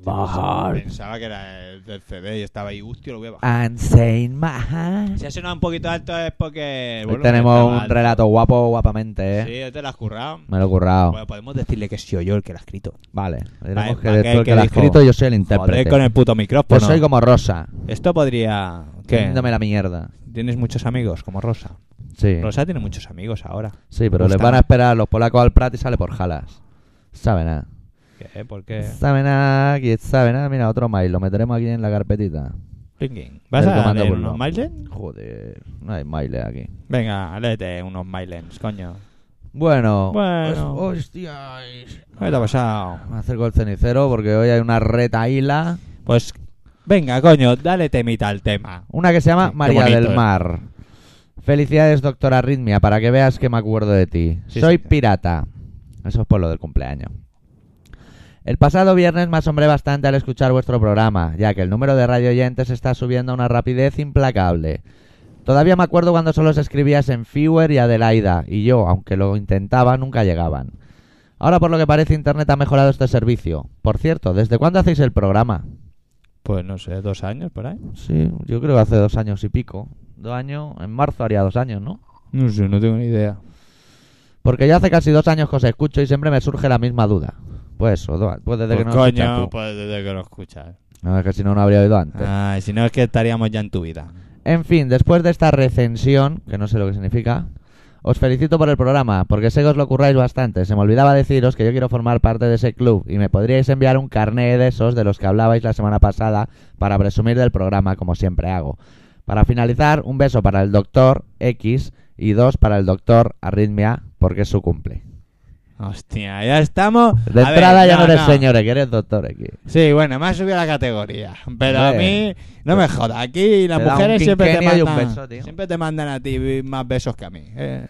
[SPEAKER 1] heart
[SPEAKER 2] Pensaba que era el del CD y estaba ahí, hostia, lo voy a bajar.
[SPEAKER 1] and saying my heart.
[SPEAKER 2] Si ha sonado un poquito alto es porque.
[SPEAKER 1] Hoy tenemos un relato guapo, guapamente, ¿eh?
[SPEAKER 2] Sí, te lo has currado.
[SPEAKER 1] Me lo he currado.
[SPEAKER 2] Bueno, podemos decirle que soy yo el que lo ha escrito.
[SPEAKER 1] Vale.
[SPEAKER 2] Vale,
[SPEAKER 1] Diremos que
[SPEAKER 2] para
[SPEAKER 1] de
[SPEAKER 2] que-
[SPEAKER 1] todo el
[SPEAKER 2] que
[SPEAKER 1] que lo ha
[SPEAKER 2] dijo,
[SPEAKER 1] escrito yo soy el
[SPEAKER 2] Joder,
[SPEAKER 1] intérprete.
[SPEAKER 2] con el puto micrófono.
[SPEAKER 1] Yo soy como Rosa.
[SPEAKER 2] Esto podría. ¿Qué?
[SPEAKER 1] Dándome la mierda.
[SPEAKER 2] Tienes muchos amigos, como Rosa.
[SPEAKER 1] Sí.
[SPEAKER 2] Rosa tiene muchos amigos ahora.
[SPEAKER 1] Sí, pero les
[SPEAKER 2] Gusta.
[SPEAKER 1] van a esperar los polacos al Prat y sale por jalas. Sabe nada.
[SPEAKER 2] ¿Qué? ¿Por qué?
[SPEAKER 1] Sabe nada, aquí, sabe nada. Mira, otro mail. Lo meteremos aquí en la carpetita.
[SPEAKER 2] Ringing. ¿Vas
[SPEAKER 1] Del
[SPEAKER 2] a
[SPEAKER 1] comando
[SPEAKER 2] leer
[SPEAKER 1] por
[SPEAKER 2] unos
[SPEAKER 1] no.
[SPEAKER 2] Mailen?
[SPEAKER 1] Joder, no hay mailes aquí.
[SPEAKER 2] Venga, léete unos Mailens, coño.
[SPEAKER 1] Bueno.
[SPEAKER 2] Bueno.
[SPEAKER 1] Pues, hostia. es-
[SPEAKER 2] ¿Qué te ha pasado?
[SPEAKER 1] Me acerco al cenicero porque hoy hay una retaíla.
[SPEAKER 2] Pues venga, coño, dale temita al tema.
[SPEAKER 1] Una que se llama
[SPEAKER 2] Sí, qué
[SPEAKER 1] María
[SPEAKER 2] bonito,
[SPEAKER 1] del
[SPEAKER 2] eh.
[SPEAKER 1] Mar. Felicidades, doctora Arritmia, para que veas que me acuerdo de ti.
[SPEAKER 2] Sí,
[SPEAKER 1] Soy
[SPEAKER 2] sí.
[SPEAKER 1] pirata. Eso es por lo del cumpleaños. El pasado viernes me asombré bastante al escuchar vuestro programa, ya que el número de radio oyentes está subiendo a una rapidez implacable. Todavía me acuerdo cuando solo se escribías en Fewer y Adelaida, y yo, aunque lo intentaba, nunca llegaban. Ahora, por lo que parece, Internet ha mejorado este servicio. Por cierto, ¿desde cuándo hacéis el programa?
[SPEAKER 2] Pues no sé, dos años por ahí.
[SPEAKER 1] Sí, yo creo que hace dos años y pico. Dos años, en marzo haría dos años, ¿no?
[SPEAKER 2] No sé, no tengo ni idea.
[SPEAKER 1] Porque ya hace casi dos años que os escucho y siempre me surge la misma duda. Pues eso, do- pues desde
[SPEAKER 2] Pues
[SPEAKER 1] que no nos escuchas
[SPEAKER 2] coño,
[SPEAKER 1] tú.
[SPEAKER 2] pues desde que lo escuchas.
[SPEAKER 1] No, es que si no, no habría oído antes.
[SPEAKER 2] Ay, si no es que estaríamos ya en tu vida.
[SPEAKER 1] En fin, después de esta recensión, que no sé lo que significa, os felicito por el programa, porque sé que os lo curráis bastante. Se me olvidaba deciros que yo quiero formar parte de ese club y me podríais enviar un carné de esos de los que hablabais la semana pasada para presumir del programa, como siempre hago. Para finalizar, un beso para el doctor X y dos para el doctor Arritmia, porque es su cumple.
[SPEAKER 2] Hostia, ya estamos.
[SPEAKER 1] De
[SPEAKER 2] A ver,
[SPEAKER 1] entrada ya no eres señor X, eres doctor X.
[SPEAKER 2] Sí, bueno, me ha subido la categoría. Pero a
[SPEAKER 1] Hombre. pues
[SPEAKER 2] mí, no me jodas. Aquí las
[SPEAKER 1] Te da un
[SPEAKER 2] mujeres siempre te
[SPEAKER 1] quinquenio y un
[SPEAKER 2] mandan.
[SPEAKER 1] beso, tío.
[SPEAKER 2] siempre te mandan a ti más besos que a mí. eh.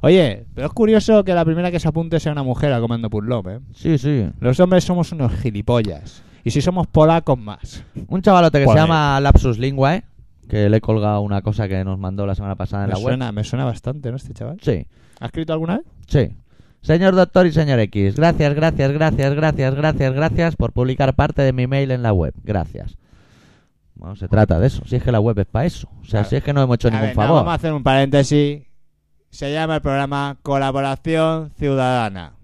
[SPEAKER 2] Oye, pero es curioso que la primera que se apunte sea una mujer a comando Purlop, ¿eh?
[SPEAKER 1] Sí, sí.
[SPEAKER 2] Los hombres somos unos gilipollas. Y si somos polacos, más.
[SPEAKER 1] Un chavalote que
[SPEAKER 2] Joder.
[SPEAKER 1] se llama Lapsus Lingua, ¿eh? que le he colgado una cosa que nos mandó la semana pasada en
[SPEAKER 2] Me
[SPEAKER 1] la web.
[SPEAKER 2] suena, me suena bastante, ¿no? Este chaval.
[SPEAKER 1] Sí.
[SPEAKER 2] ¿Has escrito alguna vez?
[SPEAKER 1] Sí. Señor doctor y señor X, gracias, gracias, gracias, gracias, gracias, gracias por publicar parte de mi mail en la web. Gracias. Bueno, se trata de eso. Si es que la web es para eso. O sea,
[SPEAKER 2] Claro.
[SPEAKER 1] si es que no hemos hecho
[SPEAKER 2] A
[SPEAKER 1] ningún
[SPEAKER 2] ver, no,
[SPEAKER 1] favor.
[SPEAKER 2] vamos a hacer un paréntesis. Se llama el programa Colaboración Ciudadana.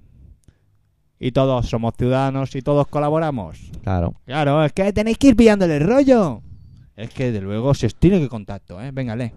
[SPEAKER 2] Y todos somos ciudadanos y todos colaboramos.
[SPEAKER 1] Claro.
[SPEAKER 2] Claro, es que tenéis que ir pillándole el rollo. Es que de luego se os tiene que contacto, ¿eh? Venga, [laughs] lee.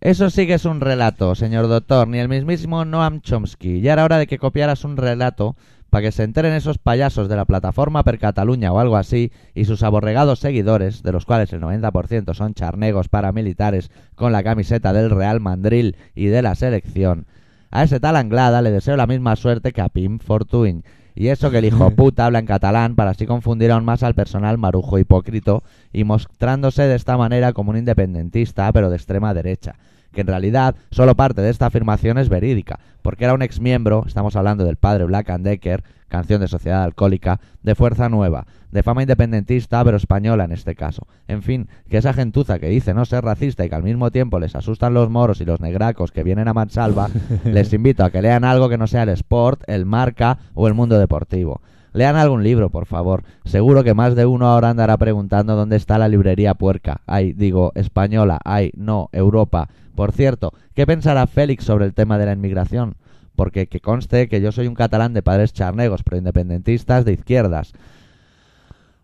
[SPEAKER 1] Eso sí que es un relato, señor doctor. Ni el mismísimo Noam Chomsky. Ya era hora de que copiaras un relato para que se enteren esos payasos de la plataforma per Cataluña o algo así y sus aborregados seguidores, de los cuales el 90% son charnegos paramilitares con la camiseta del Real Mandril y de la selección. A ese tal Anglada le deseo la misma suerte que a Pim Fortuyn. Y eso que el hijo puta habla en catalán para así confundir aún más al personal marujo hipócrito y mostrándose de esta manera como un independentista, pero de extrema derecha. Que en realidad solo parte de esta afirmación es verídica, porque era un exmiembro, estamos hablando del padre Black and Decker, canción de Sociedad Alcohólica, de Fuerza Nueva, de fama independentista, pero española en este caso. En fin, que esa gentuza que dice no ser racista y que al mismo tiempo les asustan los moros y los negracos que vienen a mansalva, les invito a que lean algo que no sea el sport, el marca o el mundo deportivo. Lean algún libro, por favor. Seguro que más de uno ahora andará preguntando dónde está la librería puerca. Ay, digo, española, ay, no, Europa. Por cierto, ¿qué pensará Félix sobre el tema de la inmigración? Porque que conste que yo soy un catalán de padres charnegos, pero independentistas de izquierdas.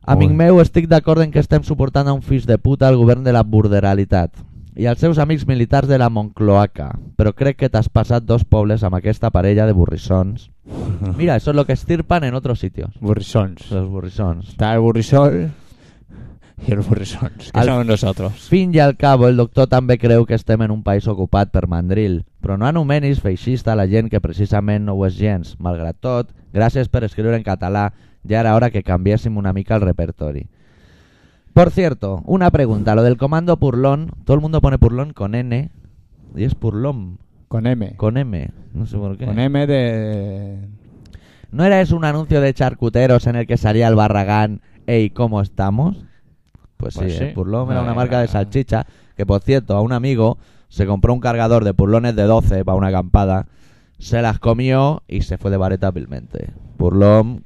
[SPEAKER 1] A
[SPEAKER 2] Molt
[SPEAKER 1] mi meu estic d'acord en que estem suportant a un fils de puta al govern de la burderalitat i als seus amics militars de la Moncloaca, però crec que t'has passat dos pobles amb aquesta parella de burrissons. Mira, eso es lo que estirpan en otros sitios.
[SPEAKER 2] Burrisons.
[SPEAKER 1] Los burrisons.
[SPEAKER 2] Está el burrisol y el burrisons, que
[SPEAKER 1] Al-
[SPEAKER 2] somos nosotros.
[SPEAKER 1] Fin i al cabo, el doctor també creu que estem en un país ocupat per mandril, però no anomenis feixista la gent que precisament no ho és gens. Malgrat tot, gràcies per escriure en català, ja era hora que canviéssim una mica el repertori. Por cierto, una pregunta, lo del comando Purlón, todo el mundo pone Purlón con N, y es Purlón,
[SPEAKER 2] Con M.
[SPEAKER 1] con M, no sé por qué.
[SPEAKER 2] Con M de...
[SPEAKER 1] ¿No era eso un anuncio de charcuteros en el que salía el barragán, hey, ¿cómo estamos? Pues,
[SPEAKER 2] Pues
[SPEAKER 1] sí,
[SPEAKER 2] sí.
[SPEAKER 1] el Purlón era una
[SPEAKER 2] Era-
[SPEAKER 1] marca de salchicha, que por cierto, a un amigo se compró un cargador de purlones de 12 para una acampada, se las comió y se fue de vareta vilmente. Purlón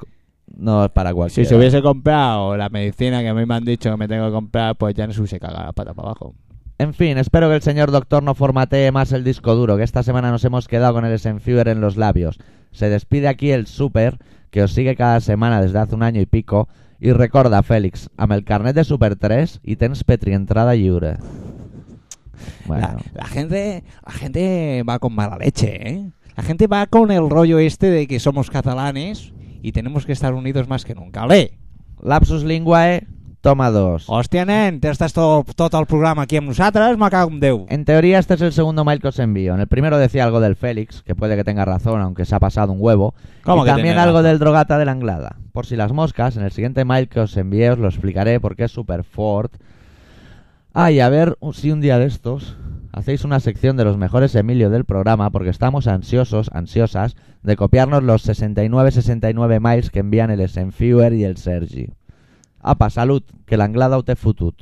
[SPEAKER 1] No es para cualquiera.
[SPEAKER 2] Si se hubiese comprado la medicina que a mí me han dicho que me tengo que comprar, pues ya no se hubiese cagado la pata para abajo.
[SPEAKER 1] En fin, espero que el señor doctor no formatee más el disco duro, que esta semana nos hemos quedado con el Senfuer en los labios. Se despide aquí el Super, que os sigue cada semana desde hace un año y pico. Y recorda, Félix, amb el carnet de Super 3 y tens Petri entrada lliure. Bueno,
[SPEAKER 2] La, la gente, la gente va con mala leche, ¿eh? La gente va con el rollo este de que somos catalanes y tenemos que estar unidos más que nunca. ¡Ole!
[SPEAKER 1] lapsus linguae, toma dos.
[SPEAKER 2] Hòstia, nen, t'estàs tot, tot el programa aquí amb nosaltres, me cago en Déu.
[SPEAKER 1] En teoría este es el segundo mail que os envío. En el primero decía algo del Félix, que puede que tenga razón, aunque se ha pasado un huevo.
[SPEAKER 2] ¿Cómo
[SPEAKER 1] y
[SPEAKER 2] que
[SPEAKER 1] también
[SPEAKER 2] tiene
[SPEAKER 1] algo
[SPEAKER 2] razón?
[SPEAKER 1] del drogata de la anglada. Por si las moscas, en el siguiente mail que os envíe os lo explicaré porque es super fort. Ay, a ver si un día de estos hacéis una sección de los mejores Emilio del programa porque estamos ansiosos, ansiosas, de copiarnos los 69-69 mails que envían el Senfuer y el Sergi. Apa, salud, que la anglada o te futut.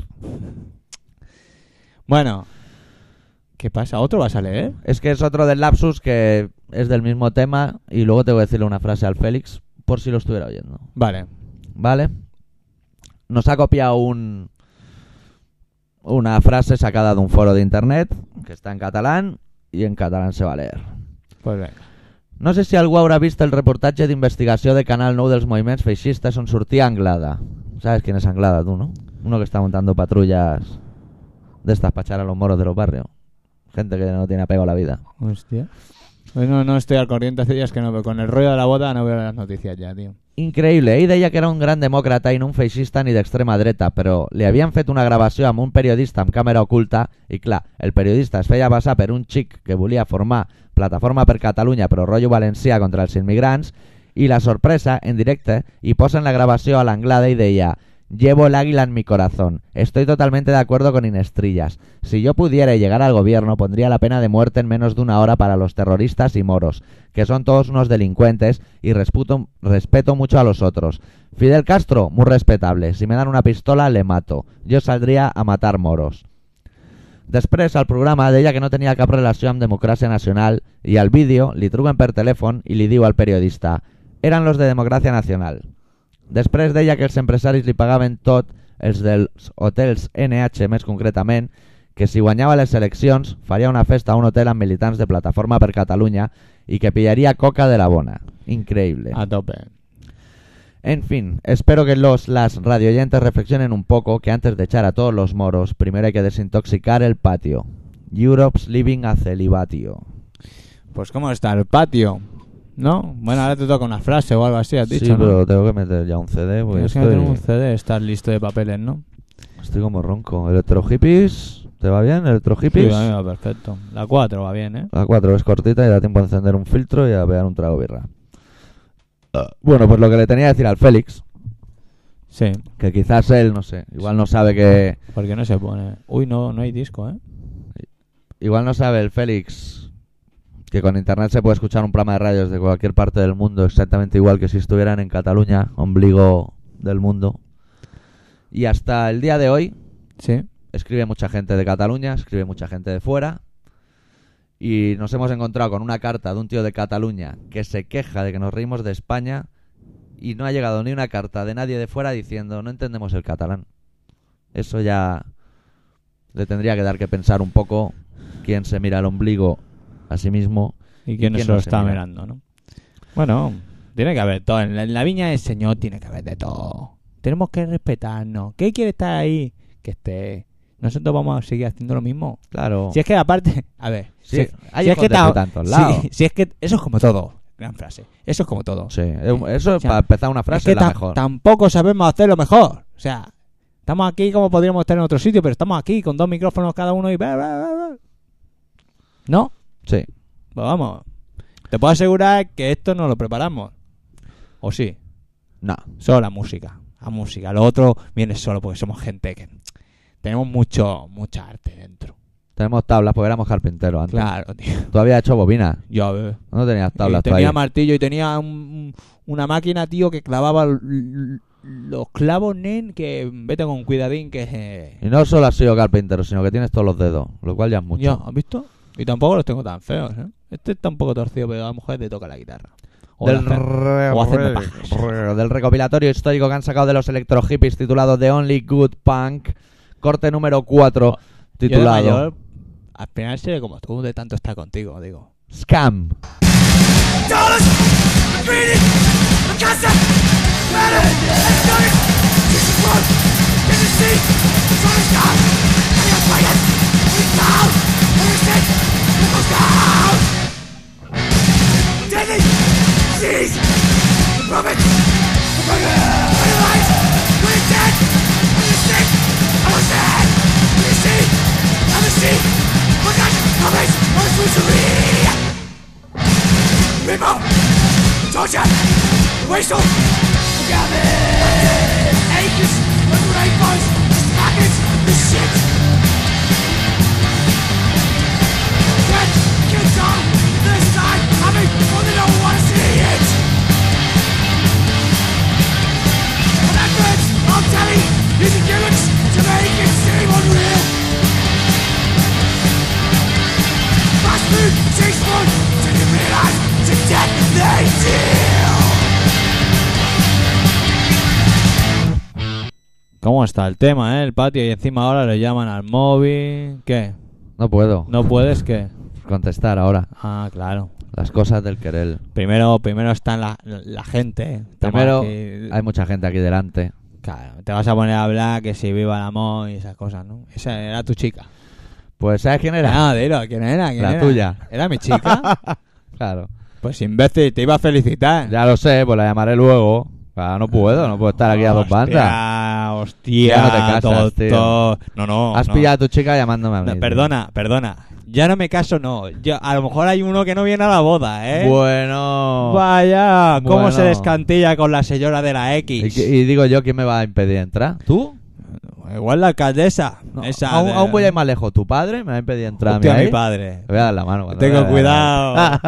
[SPEAKER 2] Bueno, ¿qué pasa? ¿Otro eh? vas a leer?
[SPEAKER 1] Es que es otro del lapsus que es del mismo tema y luego te voy a decirle una frase al Félix por si lo estuviera oyendo,
[SPEAKER 2] Vale.
[SPEAKER 1] ¿vale? Nos ha copiado un una frase sacada de un foro de internet que está en catalán y en catalán se va a leer.
[SPEAKER 2] Pues venga.
[SPEAKER 1] No sé si algú haurà vist el reportatge d'investigació de Canal 9 dels moviments feixistes on sortia Anglada. ¿Sabes quién es Anglada, tú, no? Uno que está montando patrullas de estas para echar a los moros de los barrios. Gente que no tiene apego a la vida.
[SPEAKER 2] Hostia. Hoy Pues no, no estoy al corriente hace días que no veo. Con el rollo de la boda no veo las noticias ya, tío.
[SPEAKER 1] Increïble, ell deia que era un gran demòcrata i no un feixista ni d'extrema dreta, però li havien fet una gravació amb un periodista amb càmera oculta i clar, el periodista es feia passar per un xic que volia formar Plataforma per Catalunya però rotllo valencià contra els immigrants i la sorpresa, en directe, hi posen la gravació a l'anglada i deia Llevo el águila en mi corazón. Estoy totalmente de acuerdo con Inestrillas. Si yo pudiera llegar al gobierno, pondría la pena de muerte en menos de una hora para los terroristas y moros, que son todos unos delincuentes y resputo- respeto mucho a los otros. Fidel Castro, muy respetable. Si me dan una pistola, le mato. Yo saldría a matar moros. Després, al programa deia que no tenia cap relació amb Democràcia Nacional i al vídeo li truquen per telèfon i li diu al periodista «Eran los de Democràcia Nacional». Després deia que els empresaris li pagaven tot, els dels hotels NH més concretament, que si guanyava les eleccions faria una festa a un hotel amb militants de Plataforma per Catalunya i que pillaria coca de la bona. Increïble.
[SPEAKER 2] A tope.
[SPEAKER 1] En fin, espero que los las radioyentes reflexionen un poco que antes de echar a todos los moros, primero hay que desintoxicar el patio. Europe's living a celibatio.
[SPEAKER 2] Pues cómo está el patio, ¿no? Bueno, ahora te toca una frase o algo así, has dicho,
[SPEAKER 1] sí,
[SPEAKER 2] ¿no?
[SPEAKER 1] pero tengo que meter ya un CD porque
[SPEAKER 2] Tienes que
[SPEAKER 1] estoy,
[SPEAKER 2] meter un CD, estar listo de papeles, ¿no?
[SPEAKER 1] estoy como ronco. Electro hippies, ¿te va bien? Electro hippies.
[SPEAKER 2] Sí, a mí me va perfecto. La 4 va bien, ¿eh?
[SPEAKER 1] La 4 es cortita y da tiempo a encender un filtro y a pegar un trago de birra.
[SPEAKER 2] Ah.
[SPEAKER 1] Bueno, pues lo que le tenía que decir al Félix,
[SPEAKER 2] Sí,
[SPEAKER 1] que quizás él, no sé, igual no sabe que
[SPEAKER 2] porque no se pone. Uy, no, no hay disco, ¿eh?
[SPEAKER 1] Igual no sabe el Félix que con internet se puede escuchar un programa de radios de cualquier parte del mundo exactamente igual que si estuvieran en Cataluña, ombligo del mundo. Y hasta el día de hoy
[SPEAKER 2] Sí.
[SPEAKER 1] escribe mucha gente de Cataluña, escribe mucha gente de fuera. Y nos hemos encontrado con una carta de un tío de Cataluña que se queja de que nos reímos de España y no ha llegado ni una carta de nadie de fuera diciendo no entendemos el catalán. Eso ya le tendría que dar que pensar un poco quién se mira el ombligo a sí mismo.
[SPEAKER 2] ¿Y quién,
[SPEAKER 1] quién
[SPEAKER 2] se lo
[SPEAKER 1] no se
[SPEAKER 2] está
[SPEAKER 1] mira?
[SPEAKER 2] mirando, no? Bueno, tiene que haber todo. En la, en la viña del Señor tiene que haber de todo. Tenemos que respetarnos. ¿Qué quiere estar ahí? Que esté. Nosotros vamos a seguir haciendo lo mismo.
[SPEAKER 1] Claro.
[SPEAKER 2] Si es que aparte, [laughs] a ver,
[SPEAKER 1] Sí,
[SPEAKER 2] si,
[SPEAKER 1] hay
[SPEAKER 2] si es
[SPEAKER 1] hijos
[SPEAKER 2] que
[SPEAKER 1] de
[SPEAKER 2] ta-
[SPEAKER 1] puta en todos
[SPEAKER 2] si-
[SPEAKER 1] lados.
[SPEAKER 2] si es que eso es como todo, gran frase. Eso es como todo.
[SPEAKER 1] Sí, eh, Eso
[SPEAKER 2] O sea,
[SPEAKER 1] para empezar una frase
[SPEAKER 2] es
[SPEAKER 1] es
[SPEAKER 2] que
[SPEAKER 1] la
[SPEAKER 2] ta-
[SPEAKER 1] mejor.
[SPEAKER 2] tampoco sabemos hacerlo mejor. O sea, estamos aquí como podríamos estar en otro sitio, pero estamos aquí con dos micrófonos cada uno y bla, bla, bla, bla. ¿No?
[SPEAKER 1] Sí.
[SPEAKER 2] Pues vamos. Te puedo asegurar que esto no lo preparamos. O sí,
[SPEAKER 1] No.
[SPEAKER 2] solo la música, la música. Lo otro viene solo porque somos gente que tenemos mucho mucha arte dentro.
[SPEAKER 1] Tenemos tablas porque éramos carpinteros antes.
[SPEAKER 2] Claro, tío.
[SPEAKER 1] Tú habías hecho bobinas.
[SPEAKER 2] Yo eh,
[SPEAKER 1] No tenías tablas
[SPEAKER 2] y
[SPEAKER 1] tú ahí.
[SPEAKER 2] tenía martillo y tenía un- un- una máquina, tío, que clavaba l- l- los clavos, nen, que vete con cuidadín, que... eh,
[SPEAKER 1] Y no solo has sido carpintero, sino que tienes todos los dedos, lo cual ya es mucho.
[SPEAKER 2] Ya, ¿has visto? Y tampoco los tengo tan feos, ¿eh? Este está un poco torcido, pero a lo mejor te toca la guitarra. O
[SPEAKER 1] del,
[SPEAKER 2] la-
[SPEAKER 1] re-
[SPEAKER 2] o hacen de
[SPEAKER 1] re-
[SPEAKER 2] pajas.
[SPEAKER 1] re- del recopilatorio histórico que han sacado de los electro hippies titulado The Only Good Punk, corte número 4,
[SPEAKER 2] Yo de
[SPEAKER 1] titulado
[SPEAKER 2] mayor, al final seré como tú, de tanto está contigo, digo.
[SPEAKER 1] Scam.
[SPEAKER 3] dollars. I'm reading. I'm constant. Matter. I'm starting. This is wrong. Can you see? I'm trying to stop. I am fighting. It's down. I am sick. It goes down. Deadly. Disease. The prophet. The burger. I am alive. I am dead. I am sick. I am sad. Can you see? I'm a sheep. My God. I'm a I'm a sorcery. People, torture, racial, garbage, ages, rainbows, packets, the shit. Get, get on, this time, I mean, well, they don't wanna see it. And that means, I'm telling you, the gimmicks to make it seem unreal. Fast food, cheese food, till you realize to death they deal.
[SPEAKER 2] ¿Cómo está el tema, eh? El patio y encima ahora le llaman al móvil. ¿Qué?
[SPEAKER 1] No puedo
[SPEAKER 2] ¿No puedes qué?
[SPEAKER 1] contestar ahora
[SPEAKER 2] Ah, claro.
[SPEAKER 1] las cosas del querel.
[SPEAKER 2] Primero, primero está la, la gente. eh. Estamos
[SPEAKER 1] Primero,
[SPEAKER 2] aquí-
[SPEAKER 1] hay mucha gente aquí delante.
[SPEAKER 2] Claro, te vas a poner a hablar que si viva el amor y esas cosas, ¿no? Esa era tu chica.
[SPEAKER 1] Pues, ¿sabes quién era?
[SPEAKER 2] No, dilo, ¿quién era? ¿Quién
[SPEAKER 1] La
[SPEAKER 2] era?
[SPEAKER 1] tuya.
[SPEAKER 2] ¿Era mi chica?
[SPEAKER 1] [laughs] Claro.
[SPEAKER 2] pues imbécil, te iba a felicitar.
[SPEAKER 1] Ya lo sé, pues la llamaré luego. Claro, no puedo, no puedo estar aquí a dos
[SPEAKER 2] Hostia,
[SPEAKER 1] bandas.
[SPEAKER 2] Hostia,
[SPEAKER 1] Ya no te casas,
[SPEAKER 2] doctor. No, no.
[SPEAKER 1] Has
[SPEAKER 2] no.
[SPEAKER 1] pillado a tu chica llamándome a mí.
[SPEAKER 2] No,
[SPEAKER 1] tío.
[SPEAKER 2] perdona, perdona. Ya no me caso, no. Yo, a lo mejor hay uno que no viene a la boda, ¿eh?
[SPEAKER 1] Bueno.
[SPEAKER 2] Vaya, cómo
[SPEAKER 1] Bueno.
[SPEAKER 2] se descantilla con la señora de la
[SPEAKER 1] Y,
[SPEAKER 2] X.
[SPEAKER 1] y digo yo, ¿quién me va a impedir entrar? ¿Tú?
[SPEAKER 2] Igual la alcaldesa.
[SPEAKER 1] No,
[SPEAKER 2] esa
[SPEAKER 1] aún,
[SPEAKER 2] de-
[SPEAKER 1] aún voy a ir más lejos. ¿Tu padre me va a impedir entrar
[SPEAKER 2] Hostia,
[SPEAKER 1] a mí? ahí?
[SPEAKER 2] mi padre.
[SPEAKER 1] [laughs] Le voy a dar la mano. cuando vea
[SPEAKER 2] Tengo
[SPEAKER 1] la- [laughs]
[SPEAKER 2] cuidado.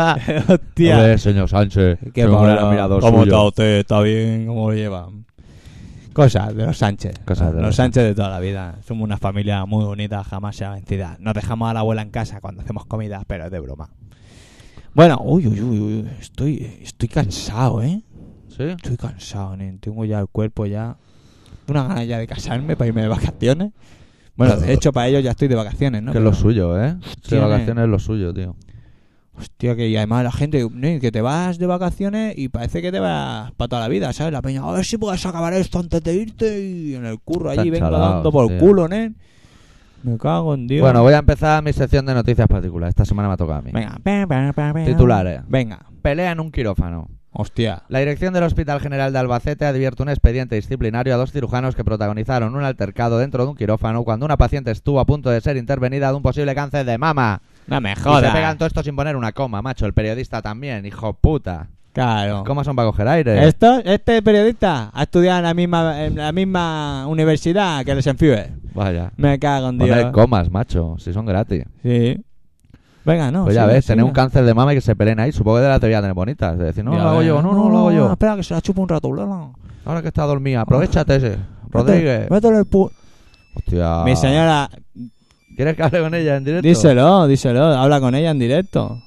[SPEAKER 2] Hostia.
[SPEAKER 1] Hombre, señor Sánchez.
[SPEAKER 2] Qué
[SPEAKER 1] tengo un
[SPEAKER 2] malo.
[SPEAKER 1] gran admirador
[SPEAKER 2] ¿Cómo
[SPEAKER 1] suyo.
[SPEAKER 2] está usted? ¿Está bien? ¿Cómo lo lleva? Cosas de los Sánchez.
[SPEAKER 1] Cosas de
[SPEAKER 2] los,
[SPEAKER 1] los
[SPEAKER 2] Sánchez de toda la vida. Somos una familia muy unida, jamás será vencida. Nos dejamos a la abuela en casa cuando hacemos comida, pero es de broma. Bueno, uy, uy, uy, uy, estoy, estoy cansado, ¿eh?
[SPEAKER 1] ¿Sí?
[SPEAKER 2] Estoy cansado, nen. Tengo ya el cuerpo ya... Una gana ya de casarme para irme de vacaciones.
[SPEAKER 1] [laughs]
[SPEAKER 2] Bueno, de hecho, para ellos ya estoy de vacaciones, ¿no?
[SPEAKER 1] que es lo
[SPEAKER 2] Pero-
[SPEAKER 1] suyo, ¿eh? Sí,
[SPEAKER 2] Tiene-
[SPEAKER 1] vacaciones es lo suyo, tío.
[SPEAKER 2] Hostia, que y además la gente, ne, que te vas de vacaciones y parece que te vas para toda la vida, ¿sabes? La peña, a ver si puedes acabar esto antes de irte y en el curro allí
[SPEAKER 1] Están
[SPEAKER 2] venga
[SPEAKER 1] chalaos,
[SPEAKER 2] dando por
[SPEAKER 1] tío.
[SPEAKER 2] culo, nen. Me cago en Dios.
[SPEAKER 1] Bueno, voy a empezar mi sección de noticias particulares. Esta semana me ha tocado a mí.
[SPEAKER 2] venga. pa, pa, pa, pa.
[SPEAKER 1] Titulares.
[SPEAKER 2] Venga.
[SPEAKER 1] Pelea en un quirófano.
[SPEAKER 2] Hostia.
[SPEAKER 1] La dirección del Hospital General de Albacete advierte un expediente disciplinario a dos cirujanos que protagonizaron un altercado dentro de un quirófano cuando una paciente estuvo a punto de ser intervenida de un posible cáncer de mama.
[SPEAKER 2] No me
[SPEAKER 1] Y se pegan
[SPEAKER 2] jodas.
[SPEAKER 1] todo esto sin poner una coma, macho. El periodista también, hijo puta.
[SPEAKER 2] Claro.
[SPEAKER 1] ¿Cómo son para coger aire?
[SPEAKER 2] Esto, este periodista ha estudiado en la misma, en la misma universidad que los Enfibe.
[SPEAKER 1] Vaya.
[SPEAKER 2] Me cago en
[SPEAKER 1] Poner
[SPEAKER 2] Dios.
[SPEAKER 1] comas, macho, si son gratis.
[SPEAKER 2] Sí. Venga, no.
[SPEAKER 1] pues ya
[SPEAKER 2] sigue,
[SPEAKER 1] ves, tener
[SPEAKER 2] sigue.
[SPEAKER 1] un cáncer de mama y que se peleen ahí, supongo que de la teoría tener bonitas. De decir, no,
[SPEAKER 2] Ya
[SPEAKER 1] lo hago
[SPEAKER 2] ves.
[SPEAKER 1] yo, no, no, lo hago yo.
[SPEAKER 2] Espera, que se la chupo un rato. no, no.
[SPEAKER 1] Ahora que está dormida, aprovechate ese. Rodríguez.
[SPEAKER 2] Métele el pu-
[SPEAKER 1] Hostia.
[SPEAKER 2] Mi señora,
[SPEAKER 1] ¿Quieres que hable con ella en directo?
[SPEAKER 2] díselo, díselo, habla con ella en directo.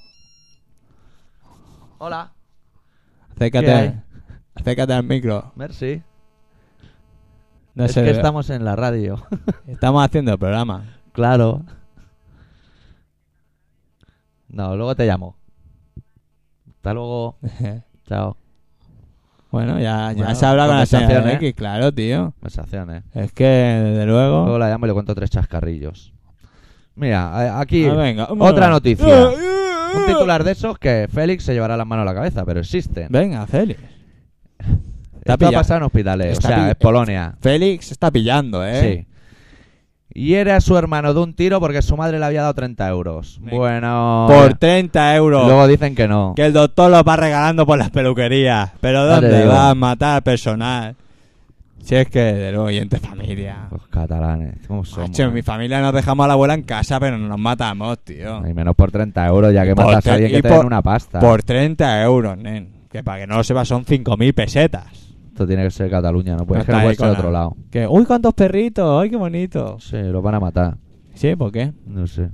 [SPEAKER 1] Hola. ¿Qué hay?
[SPEAKER 2] Acércate, acércate al micro.
[SPEAKER 1] Merci.
[SPEAKER 2] No
[SPEAKER 1] es
[SPEAKER 2] se
[SPEAKER 1] que
[SPEAKER 2] ve.
[SPEAKER 1] estamos en la radio.
[SPEAKER 2] Estamos haciendo el programa.
[SPEAKER 1] claro. No, luego te llamo. Hasta
[SPEAKER 2] [laughs]
[SPEAKER 1] luego. Chao.
[SPEAKER 2] bueno, ya, ya
[SPEAKER 1] Bueno,
[SPEAKER 2] se habla con la señora
[SPEAKER 1] conversación, ¿eh?
[SPEAKER 2] X, claro, tío.
[SPEAKER 1] Conversaciones.
[SPEAKER 2] Es que, desde luego...
[SPEAKER 1] Luego la llamo y le cuento tres chascarrillos. Mira, a- aquí
[SPEAKER 2] Ah, venga,
[SPEAKER 1] otra
[SPEAKER 2] Eh,
[SPEAKER 1] noticia. Un
[SPEAKER 2] Un
[SPEAKER 1] titular de esos que Félix se llevará las manos a la cabeza, pero existen.
[SPEAKER 2] Venga, Félix.
[SPEAKER 1] Esto
[SPEAKER 2] Está
[SPEAKER 1] ha
[SPEAKER 2] pillado.
[SPEAKER 1] pasado en hospitales,
[SPEAKER 2] Está
[SPEAKER 1] o sea,
[SPEAKER 2] pill-
[SPEAKER 1] es Polonia.
[SPEAKER 2] Félix está pillando, ¿eh?
[SPEAKER 1] Sí. Y era su hermano de un tiro porque su madre le había dado 30 euros.
[SPEAKER 2] Venga.
[SPEAKER 1] Bueno.
[SPEAKER 2] Por 30 euros.
[SPEAKER 1] Luego dicen que no.
[SPEAKER 2] Que el doctor los va regalando por las peluquerías. Pero
[SPEAKER 1] Ya te
[SPEAKER 2] ¿dónde
[SPEAKER 1] digo.
[SPEAKER 2] va a matar al personal? Si es que, de luego, y entre familia.
[SPEAKER 1] Los catalanes, ¿cómo somos? eh?
[SPEAKER 2] Macho, en mi familia nos dejamos a la abuela en casa, pero no nos matamos, tío.
[SPEAKER 1] Y menos por 30 euros, ya que
[SPEAKER 2] Por
[SPEAKER 1] matas
[SPEAKER 2] tre-
[SPEAKER 1] a alguien
[SPEAKER 2] y
[SPEAKER 1] que te
[SPEAKER 2] por-
[SPEAKER 1] den una pasta.
[SPEAKER 2] Por 30 euros, nen. Que para que no lo sepas son 5.000 pesetas.
[SPEAKER 1] Esto tiene que ser Cataluña, no puede,
[SPEAKER 2] No
[SPEAKER 1] es que no
[SPEAKER 2] está
[SPEAKER 1] puede
[SPEAKER 2] ahí
[SPEAKER 1] ser
[SPEAKER 2] con
[SPEAKER 1] otro
[SPEAKER 2] la-
[SPEAKER 1] lado.
[SPEAKER 2] Que, uy, cuántos perritos, ay, qué bonito.
[SPEAKER 1] Sí, los van a matar.
[SPEAKER 2] Sí, ¿por qué?
[SPEAKER 1] No sé.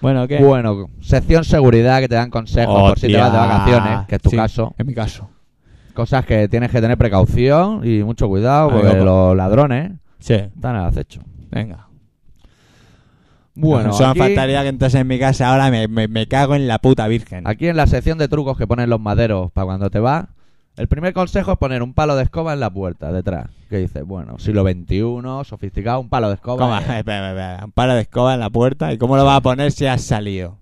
[SPEAKER 2] Bueno, ¿qué?
[SPEAKER 1] Bueno, sección seguridad que te dan consejos por si te vas de
[SPEAKER 2] Hostia.
[SPEAKER 1] vacaciones, que es tu
[SPEAKER 2] Sí,
[SPEAKER 1] caso.
[SPEAKER 2] En mi caso.
[SPEAKER 1] Cosas que tienes que tener precaución y mucho cuidado,
[SPEAKER 2] Ah,
[SPEAKER 1] porque
[SPEAKER 2] loco.
[SPEAKER 1] los ladrones
[SPEAKER 2] Sí,
[SPEAKER 1] están al acecho.
[SPEAKER 2] venga.
[SPEAKER 1] Bueno,
[SPEAKER 2] Solo
[SPEAKER 1] aquí,
[SPEAKER 2] faltaría que entonces en mi casa ahora me, me- me cago en la puta virgen.
[SPEAKER 1] aquí en la sección de trucos que ponen los maderos para cuando te vas, el primer consejo es poner un palo de escoba en la puerta, detrás. Que dices, bueno, siglo XXI, sofisticado, un palo de escoba.
[SPEAKER 2] ¿Cómo?
[SPEAKER 1] eh,
[SPEAKER 2] Espera, espera, espera. Un palo de escoba en la puerta. ¿Y cómo lo vas a poner si has salido?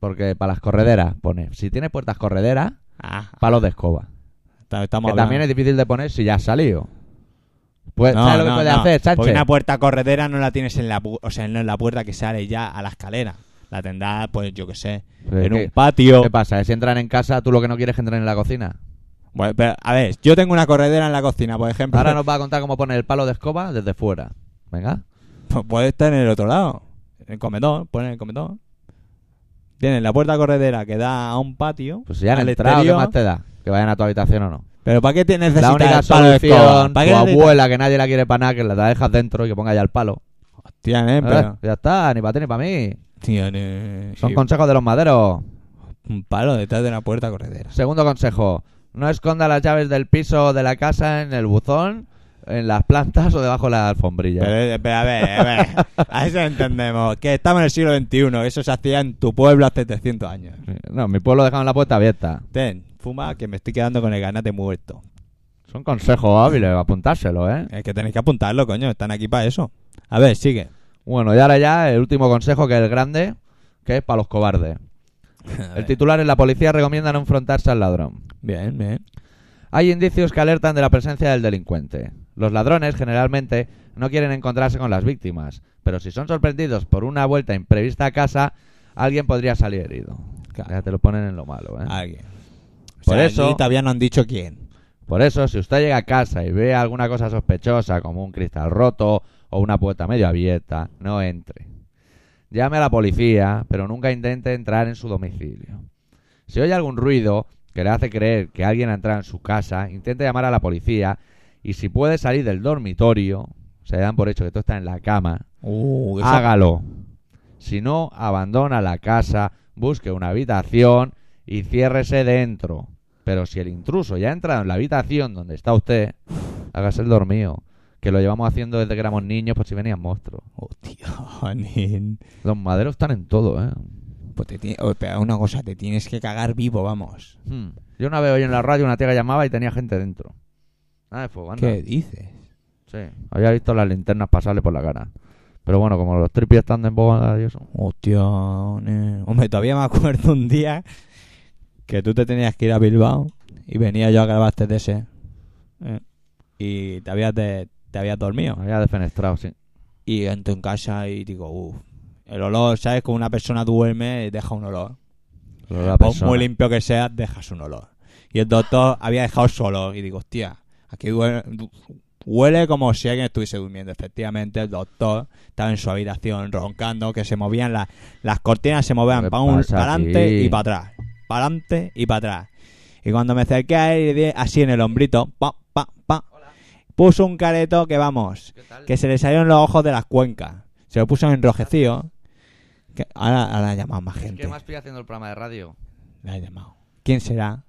[SPEAKER 1] Porque para las correderas, pone, si tienes puertas correderas,
[SPEAKER 2] Ah,
[SPEAKER 1] palos de escoba.
[SPEAKER 2] ta- estamos
[SPEAKER 1] Que
[SPEAKER 2] hablando.
[SPEAKER 1] también es difícil de poner si ya has salido. Pues,
[SPEAKER 2] No,
[SPEAKER 1] ¿sabes lo que
[SPEAKER 2] no,
[SPEAKER 1] puedes
[SPEAKER 2] no.
[SPEAKER 1] hacer,
[SPEAKER 2] Porque
[SPEAKER 1] Sánchez?
[SPEAKER 2] una puerta corredera no la tienes en la, pu- o sea, no en la puerta que sale ya a la escalera. La tendrás, pues yo qué sé,
[SPEAKER 1] Pero
[SPEAKER 2] en
[SPEAKER 1] es
[SPEAKER 2] un
[SPEAKER 1] que-
[SPEAKER 2] patio.
[SPEAKER 1] ¿Qué pasa? ¿Es si entran en casa, tú lo que no quieres es que entren en la cocina?
[SPEAKER 2] Bueno, pero, a ver, yo tengo una corredera en la cocina, por ejemplo.
[SPEAKER 1] Ahora nos va a contar cómo poner el palo de escoba desde fuera. Venga.
[SPEAKER 2] [laughs] Pues puede estar en el otro lado. En el comedor, ponen el comedor. Tienen la puerta corredera que da a un patio.
[SPEAKER 1] Pues si ya han
[SPEAKER 2] al
[SPEAKER 1] entrado, ¿qué
[SPEAKER 2] exterior.
[SPEAKER 1] más te da? Que vayan a tu habitación o no.
[SPEAKER 2] Pero ¿para qué te necesitas
[SPEAKER 1] La única
[SPEAKER 2] el palo de escoba?
[SPEAKER 1] solución, tu
[SPEAKER 2] ¿Para qué necesitas-
[SPEAKER 1] abuela, que nadie la quiere para nada, que la dejas dentro y que ponga ya el palo.
[SPEAKER 2] Hostia, nen,
[SPEAKER 1] Eh,
[SPEAKER 2] pero-
[SPEAKER 1] Ya está, ni para ti ni para mí.
[SPEAKER 2] Tío, nen,
[SPEAKER 1] Son
[SPEAKER 2] sí,
[SPEAKER 1] consejos de los maderos.
[SPEAKER 2] Un palo detrás de una puerta corredera.
[SPEAKER 1] Segundo consejo, no esconda las llaves del piso o de la casa en el buzón, en las plantas o debajo de la alfombrilla.
[SPEAKER 2] Pero, pero, a ver, a ver, a eso entendemos. Que estamos en el siglo XXI, eso se hacía en tu pueblo hace 300 años.
[SPEAKER 1] No, en mi pueblo dejaban la puerta abierta.
[SPEAKER 2] Ten, fuma, que me estoy quedando con el ganate muerto.
[SPEAKER 1] Son consejos hábiles, apuntárselo, ¿eh?
[SPEAKER 2] Es que tenéis que apuntarlo, coño, están aquí para eso. A ver, sigue.
[SPEAKER 1] Bueno, y ahora ya el último consejo, que es el grande, que es para los cobardes.
[SPEAKER 2] [laughs] A
[SPEAKER 1] El
[SPEAKER 2] ver.
[SPEAKER 1] titular es La policía recomienda no enfrentarse al ladrón.
[SPEAKER 2] Bien, bien.
[SPEAKER 1] Hay indicios que alertan de la presencia del delincuente. Los ladrones, generalmente, no quieren encontrarse con las víctimas, pero si son sorprendidos por una vuelta imprevista a casa, alguien podría salir herido.
[SPEAKER 2] Claro.
[SPEAKER 1] Ya te lo ponen en lo malo, ¿eh?
[SPEAKER 2] Alguien. O
[SPEAKER 1] Por
[SPEAKER 2] sea,
[SPEAKER 1] eso-
[SPEAKER 2] allí todavía no han dicho quién.
[SPEAKER 1] Por eso, si usted llega a casa y ve alguna cosa sospechosa, como un cristal roto o una puerta medio abierta, no entre. Llame a la policía, pero nunca intente entrar en su domicilio. Si oye algún ruido que le hace creer que alguien ha entrado en su casa, intente llamar a la policía y si puede salir del dormitorio, se dan por hecho que tú estás en la cama,
[SPEAKER 2] Uh, eso-
[SPEAKER 1] Pues hágalo. Si no, abandona la casa, busque una habitación y ciérrese dentro. Pero si el intruso ya ha entrado en la habitación donde está usted, hágase el dormido. Que lo llevamos haciendo desde que éramos niños por si venían monstruos.
[SPEAKER 2] Hostia, [laughs] nen.
[SPEAKER 1] Los maderos están en todo, ¿eh?
[SPEAKER 2] Pues te tiene- oh, pero una cosa, te tienes que cagar vivo, vamos.
[SPEAKER 1] Hmm. Yo una vez oí en la radio una tía que llamaba y tenía gente dentro. Ah, de fuego, anda.
[SPEAKER 2] ¿Qué dices?
[SPEAKER 1] Sí, había visto las linternas pasarle por la cara. Pero bueno, como los trippies están de en boga y eso.
[SPEAKER 2] Hostia, nen. hombre, todavía me acuerdo un día que tú te tenías que ir a Bilbao y venía yo a grabar TTS. eh, Y te habías, de- te habías dormido.
[SPEAKER 1] Había defenestrado, sí.
[SPEAKER 2] Y entro en casa y digo, uff, el olor, ¿sabes? Como una persona duerme, deja un olor.
[SPEAKER 1] Lo de la
[SPEAKER 2] Por
[SPEAKER 1] persona.
[SPEAKER 2] Pues muy limpio que sea, dejas un olor. Y el doctor había dejado solo. Y digo, hostia, aquí huele, huele como si alguien estuviese durmiendo. Efectivamente, el doctor estaba en su habitación roncando, que se movían las, las cortinas, se movían
[SPEAKER 1] ¿Qué
[SPEAKER 2] para un
[SPEAKER 1] pasa
[SPEAKER 2] para adelante
[SPEAKER 1] aquí?
[SPEAKER 2] y para atrás. Para adelante y para atrás. Y cuando me acerqué a él, le di así en el hombrito, pa, pa, pa, puso un careto que vamos, que se le salieron los ojos de las cuencas. Se lo puso enrojecido. Que ahora, ahora ha llamado más gente.
[SPEAKER 1] ¿Qué más pilla haciendo el programa de radio?
[SPEAKER 2] Le ha llamado. ¿Quién será?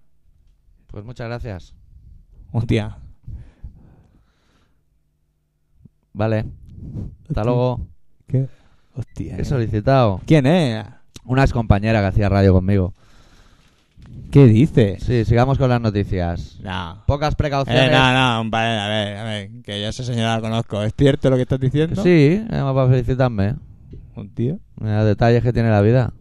[SPEAKER 1] Pues muchas gracias.
[SPEAKER 2] Hostia.
[SPEAKER 1] Vale, hasta luego.
[SPEAKER 2] ¿Qué? Hostia. eh.
[SPEAKER 1] He solicitado
[SPEAKER 2] ¿Quién es?
[SPEAKER 1] unas compañeras que hacía radio conmigo.
[SPEAKER 2] ¿Qué dices?
[SPEAKER 1] Sí, sigamos con las noticias.
[SPEAKER 2] No.
[SPEAKER 1] Pocas
[SPEAKER 2] Eh,
[SPEAKER 1] precauciones.
[SPEAKER 2] no, no, compadre, a ver, a ver, que yo a esa señora la conozco. ¿Es cierto lo que estás
[SPEAKER 1] Que
[SPEAKER 2] diciendo?
[SPEAKER 1] sí, además para felicitarme.
[SPEAKER 2] Un tío.
[SPEAKER 1] Mira, detalles que tiene la vida.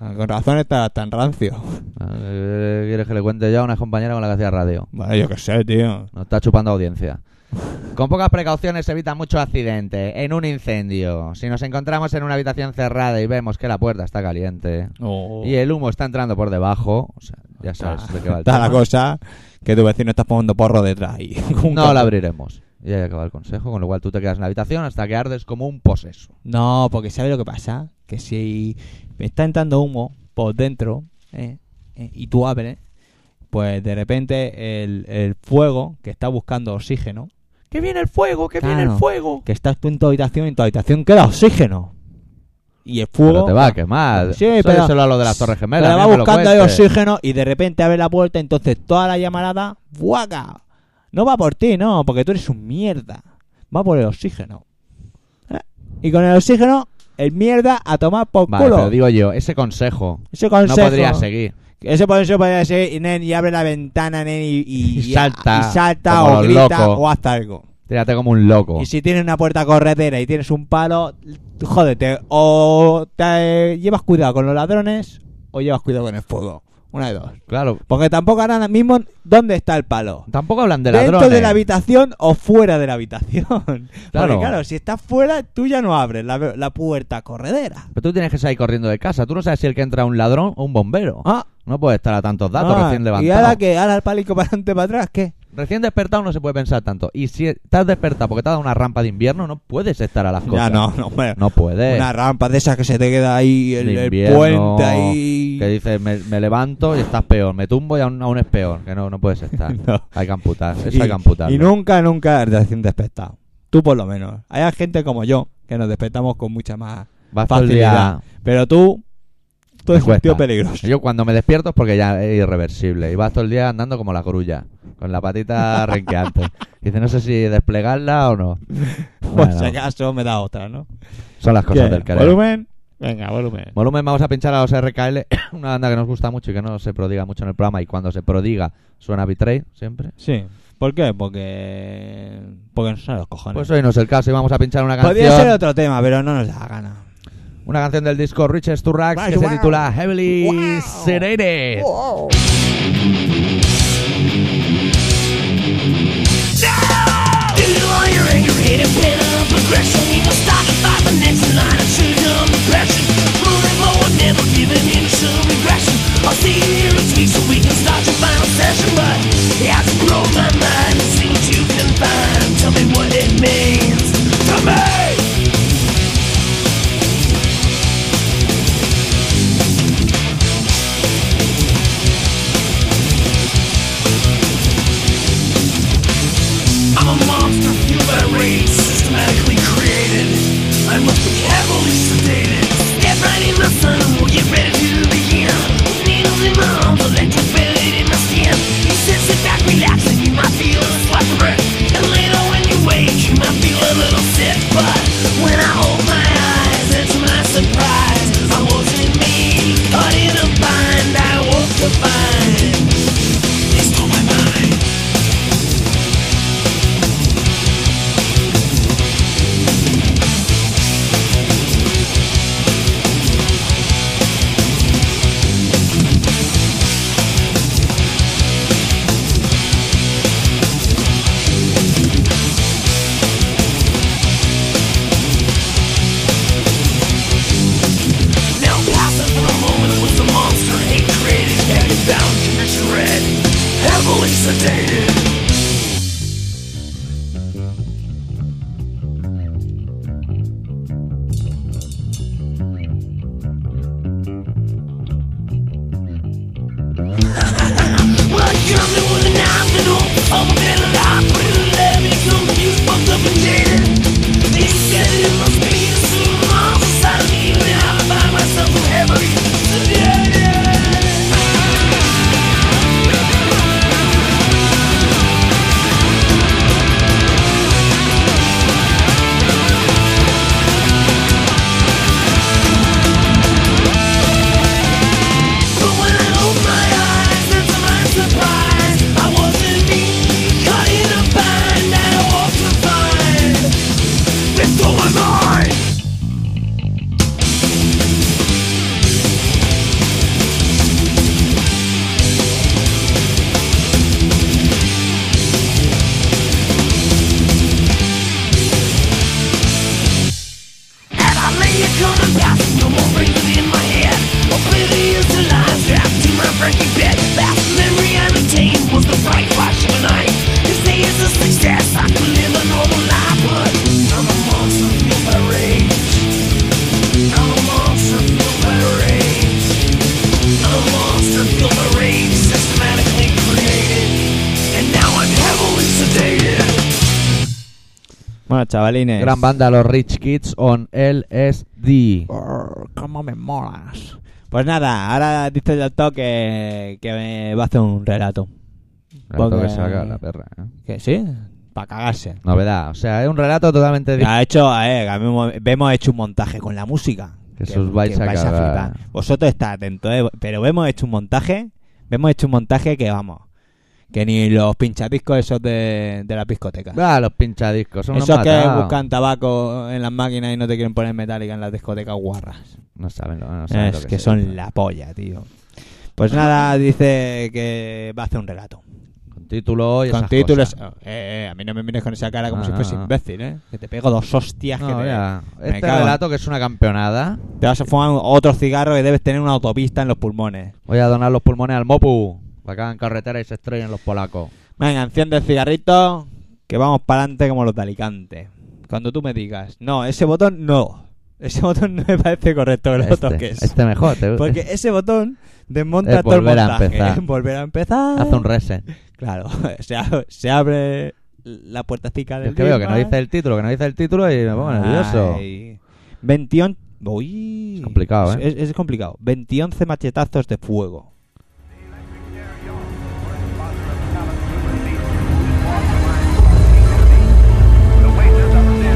[SPEAKER 2] Ah, Con razón está tan rancio.
[SPEAKER 1] Eh, ¿Quieres que le cuente yo a una compañera con la que hacía radio?
[SPEAKER 2] Bueno, yo qué sé, tío.
[SPEAKER 1] Nos está chupando
[SPEAKER 2] [laughs]
[SPEAKER 1] audiencia. Con pocas precauciones se evitan muchos accidentes. En un incendio, si nos encontramos en una habitación cerrada y vemos que la puerta está caliente Oh.
[SPEAKER 2] Oh.
[SPEAKER 1] y el humo está entrando por debajo, o sea, ya sabes de qué va el
[SPEAKER 2] Está la
[SPEAKER 1] tema.
[SPEAKER 2] cosa que tu vecino está poniendo porro detrás. Y [laughs]
[SPEAKER 1] No la abriremos. Y ahí acaba el consejo, con lo cual tú te quedas en la habitación hasta que ardes como un poseso.
[SPEAKER 2] No, porque ¿sabes lo que pasa? Que si está entrando humo por dentro eh, eh, y tú abres, pues de repente el, el fuego que está buscando oxígeno,
[SPEAKER 1] ¡Que viene el fuego! ¡Que
[SPEAKER 2] viene el
[SPEAKER 1] fuego!
[SPEAKER 2] que estás tú en tu habitación y en tu habitación queda oxígeno. y el fuego.
[SPEAKER 1] Pero te va a quemar.
[SPEAKER 2] Sí, pero-
[SPEAKER 1] Solo a lo de las Torres Gemelas.
[SPEAKER 2] Pero
[SPEAKER 1] a
[SPEAKER 2] va
[SPEAKER 1] mí me lo
[SPEAKER 2] buscando ahí
[SPEAKER 1] cuentes.
[SPEAKER 2] oxígeno y de repente abre la puerta, entonces toda la llamarada, ¡guaca! No va por ti, no, porque tú eres un mierda. Va por el oxígeno. ¿Eh? Y con el oxígeno, el mierda a tomar por
[SPEAKER 1] Vale,
[SPEAKER 2] culo.
[SPEAKER 1] pero digo yo, ese consejo,
[SPEAKER 2] Ese consejo.
[SPEAKER 1] no podría seguir.
[SPEAKER 2] Ese consejo podría ser, y, nen, y abre la ventana, nen, y,
[SPEAKER 1] [laughs]
[SPEAKER 2] y-
[SPEAKER 1] Y salta,
[SPEAKER 2] y salta
[SPEAKER 1] como
[SPEAKER 2] o
[SPEAKER 1] los
[SPEAKER 2] grita
[SPEAKER 1] locos. Oh.
[SPEAKER 2] o haz algo.
[SPEAKER 1] Tírate como un loco.
[SPEAKER 2] Y si tienes una puerta corredera y tienes un palo, jódete. O te llevas cuidado con los ladrones o llevas cuidado con el fuego. Una de dos.
[SPEAKER 1] Claro.
[SPEAKER 2] Porque tampoco ahora mismo dónde está el palo.
[SPEAKER 1] Tampoco hablan de
[SPEAKER 2] ¿Dentro
[SPEAKER 1] ladrones.
[SPEAKER 2] de la habitación o fuera de la habitación? [laughs] Porque
[SPEAKER 1] Claro.
[SPEAKER 2] claro, si está fuera, tú ya no abres la, la puerta corredera.
[SPEAKER 1] Pero tú tienes que salir corriendo de casa. Tú no sabes si el que entra es un ladrón o un bombero.
[SPEAKER 2] Ah,
[SPEAKER 1] No puedes estar a tantos datos
[SPEAKER 2] ah,
[SPEAKER 1] recién
[SPEAKER 2] ¿Y
[SPEAKER 1] levantado.
[SPEAKER 2] ahora que ahora el pálico para adelante para atrás? ¿Qué?
[SPEAKER 1] Recién despertado no se puede pensar tanto. Y si estás despertado porque te ha dado una rampa de invierno, no puedes estar a las cosas.
[SPEAKER 2] Ya no, no, hombre.
[SPEAKER 1] No puedes.
[SPEAKER 2] Una rampa de esas que se te queda ahí, el,
[SPEAKER 1] De
[SPEAKER 2] el
[SPEAKER 1] invierno,
[SPEAKER 2] puente ahí.
[SPEAKER 1] Que dices, me, me levanto y estás peor. Me tumbo y aún, aún es peor. Que no, no puedes estar.
[SPEAKER 2] [laughs] [laughs] No.
[SPEAKER 1] Hay que amputar. Eso
[SPEAKER 2] y,
[SPEAKER 1] hay que amputar.
[SPEAKER 2] y nunca, nunca recién despertado. Tú por lo menos. Hay gente como yo que nos despertamos con mucha más
[SPEAKER 1] Vas todo el
[SPEAKER 2] facilidad.
[SPEAKER 1] día-
[SPEAKER 2] Pero tú, tú
[SPEAKER 1] Me
[SPEAKER 2] eres un
[SPEAKER 1] cuesta. [laughs]
[SPEAKER 2] tío peligroso.
[SPEAKER 1] Yo cuando me despierto es porque ya es irreversible. Y vas todo el día andando como la grulla. Con la
[SPEAKER 2] [laughs]
[SPEAKER 1] patita renqueante. Y dices, no sé si desplegarla o no.
[SPEAKER 2] Por
[SPEAKER 1] Bueno,
[SPEAKER 2] si acaso me da otra, ¿no?
[SPEAKER 1] son las cosas
[SPEAKER 2] ¿Qué?
[SPEAKER 1] del querer.
[SPEAKER 2] ¿Volumen? Venga, volumen.
[SPEAKER 1] Volumen, vamos a pinchar a los RKL, [coughs] una banda que nos gusta mucho y que no se prodiga mucho en el programa. Y cuando se prodiga, suena Betray siempre.
[SPEAKER 2] Sí. ¿Por qué? Porque... Porque no son los cojones.
[SPEAKER 1] Pues hoy no es el caso y vamos a pinchar una
[SPEAKER 2] Podría ser
[SPEAKER 1] canción.
[SPEAKER 2] otro tema, pero no nos da gana.
[SPEAKER 1] Una canción del disco Richest to Rags que se
[SPEAKER 2] Wow.
[SPEAKER 1] titula Heavily
[SPEAKER 2] Wow.
[SPEAKER 1] Sedated.
[SPEAKER 4] Tell me what it means to me! I'm a monster fueled by rage, systematically created. I must be heavily sedated. Step right in the sun, we'll get ready to begin. Needles in my arms, electric in my skin. You sit, sit back, relax, and you might feel a slight regret. And later when you wake, you might feel a little sick. But when I open my eyes, and to my surprise, I wasn't me. Caught in a bind, I woke to find. It's on my mind. Now passive for a moment with the monster hate created Heavy bound, condition red, heavily sedated Well, you come in with a knife and hope I'm a man alive With a lemon, confused, fucked up and jaded They said it must be a super monster side of me But I find myself heavily sedated But when I opened my eyes, that's my surprise. I wasn't me, caught in a bind, and I walked the vine. It's all my mind. And I lay a coming past, no more breathing in my head. Oblivious to lies trapped to my breaking bed. Last memory I retained was the bright flash of an eye. This day is a success, I can live a normal life, but I'm a monster fueled by rage. I'm a monster fueled by rage. I'm a monster fueled by rage, systematically created. And now I'm heavily sedated.
[SPEAKER 2] Bueno, chavalines.
[SPEAKER 1] Gran banda, los Rich Kids on LSD.
[SPEAKER 2] Brr, ¿Cómo me molas? Pues nada, ahora dice el doctor que, que me va a hacer un relato.
[SPEAKER 1] Relato
[SPEAKER 2] Porque-
[SPEAKER 1] que se va a cagar la perra. ¿eh?
[SPEAKER 2] ¿Que sí? Para cagarse.
[SPEAKER 1] Novedad. O sea, es un relato totalmente
[SPEAKER 2] Que
[SPEAKER 1] diferente.
[SPEAKER 2] Ha hecho, a ver, que hemos- hemos hecho un montaje con la música.
[SPEAKER 1] Que os vais a cagar.
[SPEAKER 2] Vosotros estad atentos, eh, pero hemos hecho un montaje, hemos hecho un montaje que vamos, que ni los pinchadiscos esos de, de la discoteca.
[SPEAKER 1] Ah, los pinchadiscos. Son unos
[SPEAKER 2] esos que
[SPEAKER 1] matados.
[SPEAKER 2] buscan tabaco en las máquinas y no te quieren poner metálica en las discotecas guarras.
[SPEAKER 1] No saben lo, no saben
[SPEAKER 2] Es
[SPEAKER 1] lo
[SPEAKER 2] que,
[SPEAKER 1] que se dice.
[SPEAKER 2] son la polla, tío. Pues nada, dice que va a hacer un relato.
[SPEAKER 1] Con títulos y
[SPEAKER 2] Con
[SPEAKER 1] esas
[SPEAKER 2] títulos.
[SPEAKER 1] cosas.
[SPEAKER 2] Eh, eh, a mí no me mires con esa cara como
[SPEAKER 1] Ah,
[SPEAKER 2] si
[SPEAKER 1] ah,
[SPEAKER 2] fuese
[SPEAKER 1] ah.
[SPEAKER 2] imbécil, ¿eh? Que te pego dos hostias
[SPEAKER 1] No,
[SPEAKER 2] que te.
[SPEAKER 1] mira,
[SPEAKER 2] me
[SPEAKER 1] este
[SPEAKER 2] cago en-
[SPEAKER 1] relato que es una campeonada.
[SPEAKER 2] Te vas a fumar otro cigarro y debes tener una autopista en los pulmones.
[SPEAKER 1] Voy a donar los pulmones al Mopu. Para que hagan carretera y se estrellen los polacos.
[SPEAKER 2] Venga, enciende el cigarrito que vamos para adelante como los de Alicante. Cuando tú me digas, no, ese botón no. Ese [laughs] botón no me parece correcto que lo
[SPEAKER 1] Este,
[SPEAKER 2] toques.
[SPEAKER 1] este mejor. te-
[SPEAKER 2] Porque ese botón desmonta
[SPEAKER 1] Es
[SPEAKER 2] todo el
[SPEAKER 1] volver a
[SPEAKER 2] montaje.
[SPEAKER 1] empezar.
[SPEAKER 2] Volver a empezar.
[SPEAKER 1] Hace un reset.
[SPEAKER 2] Claro, [laughs] se, ab- se abre la puertecita del
[SPEAKER 1] Yo es que veo que
[SPEAKER 2] Disman.
[SPEAKER 1] no dice el título, que no dice el título y me pongo nervioso.
[SPEAKER 2] Ay. 21... Uy.
[SPEAKER 1] Es complicado, ¿eh?
[SPEAKER 2] Es, es complicado. 21 machetazos de fuego.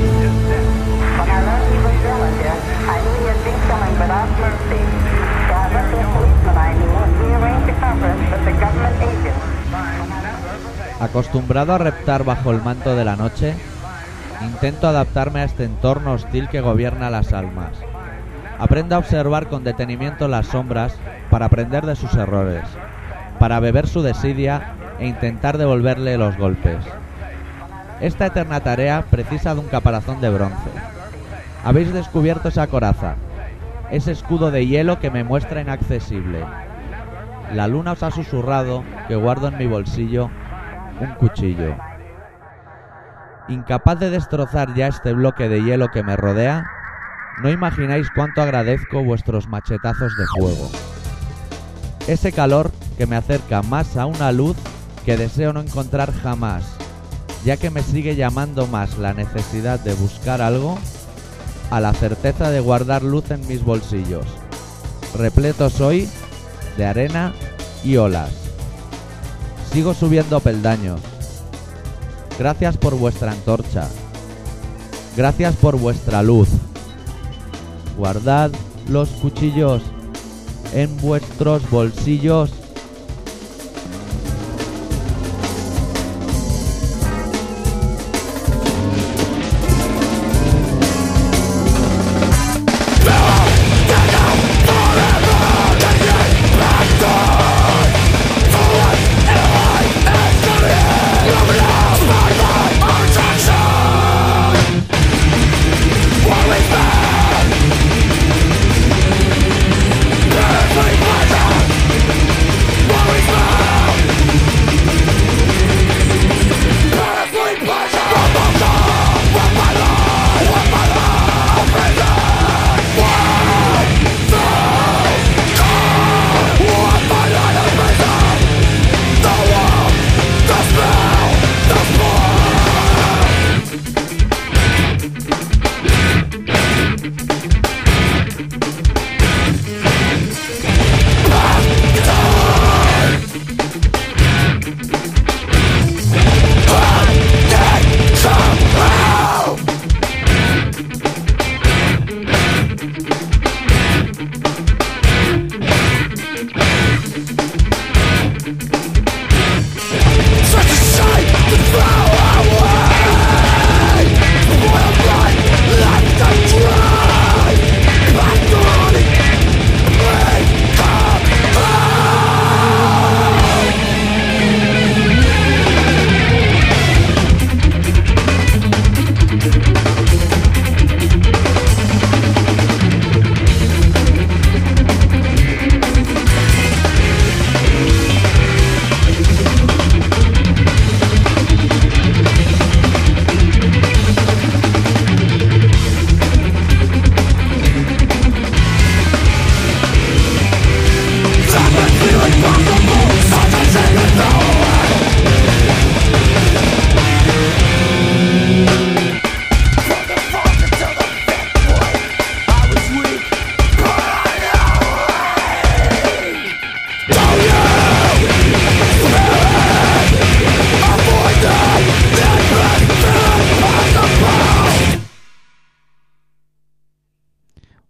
[SPEAKER 5] I love you for Georgia. I knew you'd be someone without mercy. God left me a policeman I knew. We arranged a conference with the government agents.
[SPEAKER 1] Acostumbrado a reptar bajo el manto de la noche, intento adaptarme a este entorno hostil que gobierna las almas. Aprendo a observar con detenimiento las sombras para aprender de sus errores, para beber su desidia e intentar devolverle los golpes. Esta eterna tarea precisa de un caparazón de bronce. Habéis descubierto esa coraza, ese escudo de hielo que me muestra inaccesible. La luna os ha susurrado que guardo en mi bolsillo un cuchillo. Incapaz de destrozar ya este bloque de hielo que me rodea, no imagináis cuánto agradezco vuestros machetazos de fuego. Ese calor que me acerca más a una luz que deseo no encontrar jamás, ya que me sigue llamando más la necesidad de buscar algo a la certeza de guardar luz en mis bolsillos. Repleto soy de arena y olas. Sigo subiendo peldaños. Gracias por vuestra antorcha. Gracias por vuestra luz. Guardad los cuchillos en vuestros
[SPEAKER 2] [laughs]
[SPEAKER 1] bolsillos.
[SPEAKER 3] Everybody,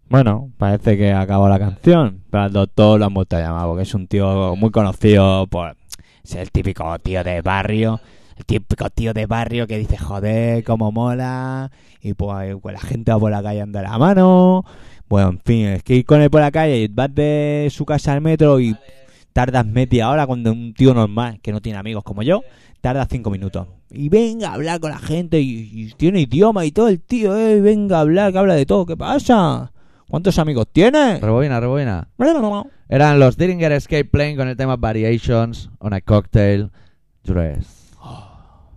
[SPEAKER 2] Bueno, parece que acabó la canción, pero al doctor lo han vuelto a llamar porque es un tío muy conocido por ser el típico tío de barrio, el típico tío de barrio que dice, joder, cómo mola, y pues, pues la gente va por la calle anda la mano. Bueno, en fin, es que ir con él por la calle y vas de su casa al metro y tardas media hora cuando un tío normal, que no tiene amigos como yo, tarda cinco minutos. Y venga a hablar con la gente, y, y tiene idioma y todo el tío, eh, venga a hablar, que habla de todo, ¿qué pasa? ¿Cuántos amigos tienes?
[SPEAKER 1] Rebobina, rebobina. Eran los Dillinger Escape Plane con el tema Variations on a Cocktail Dress.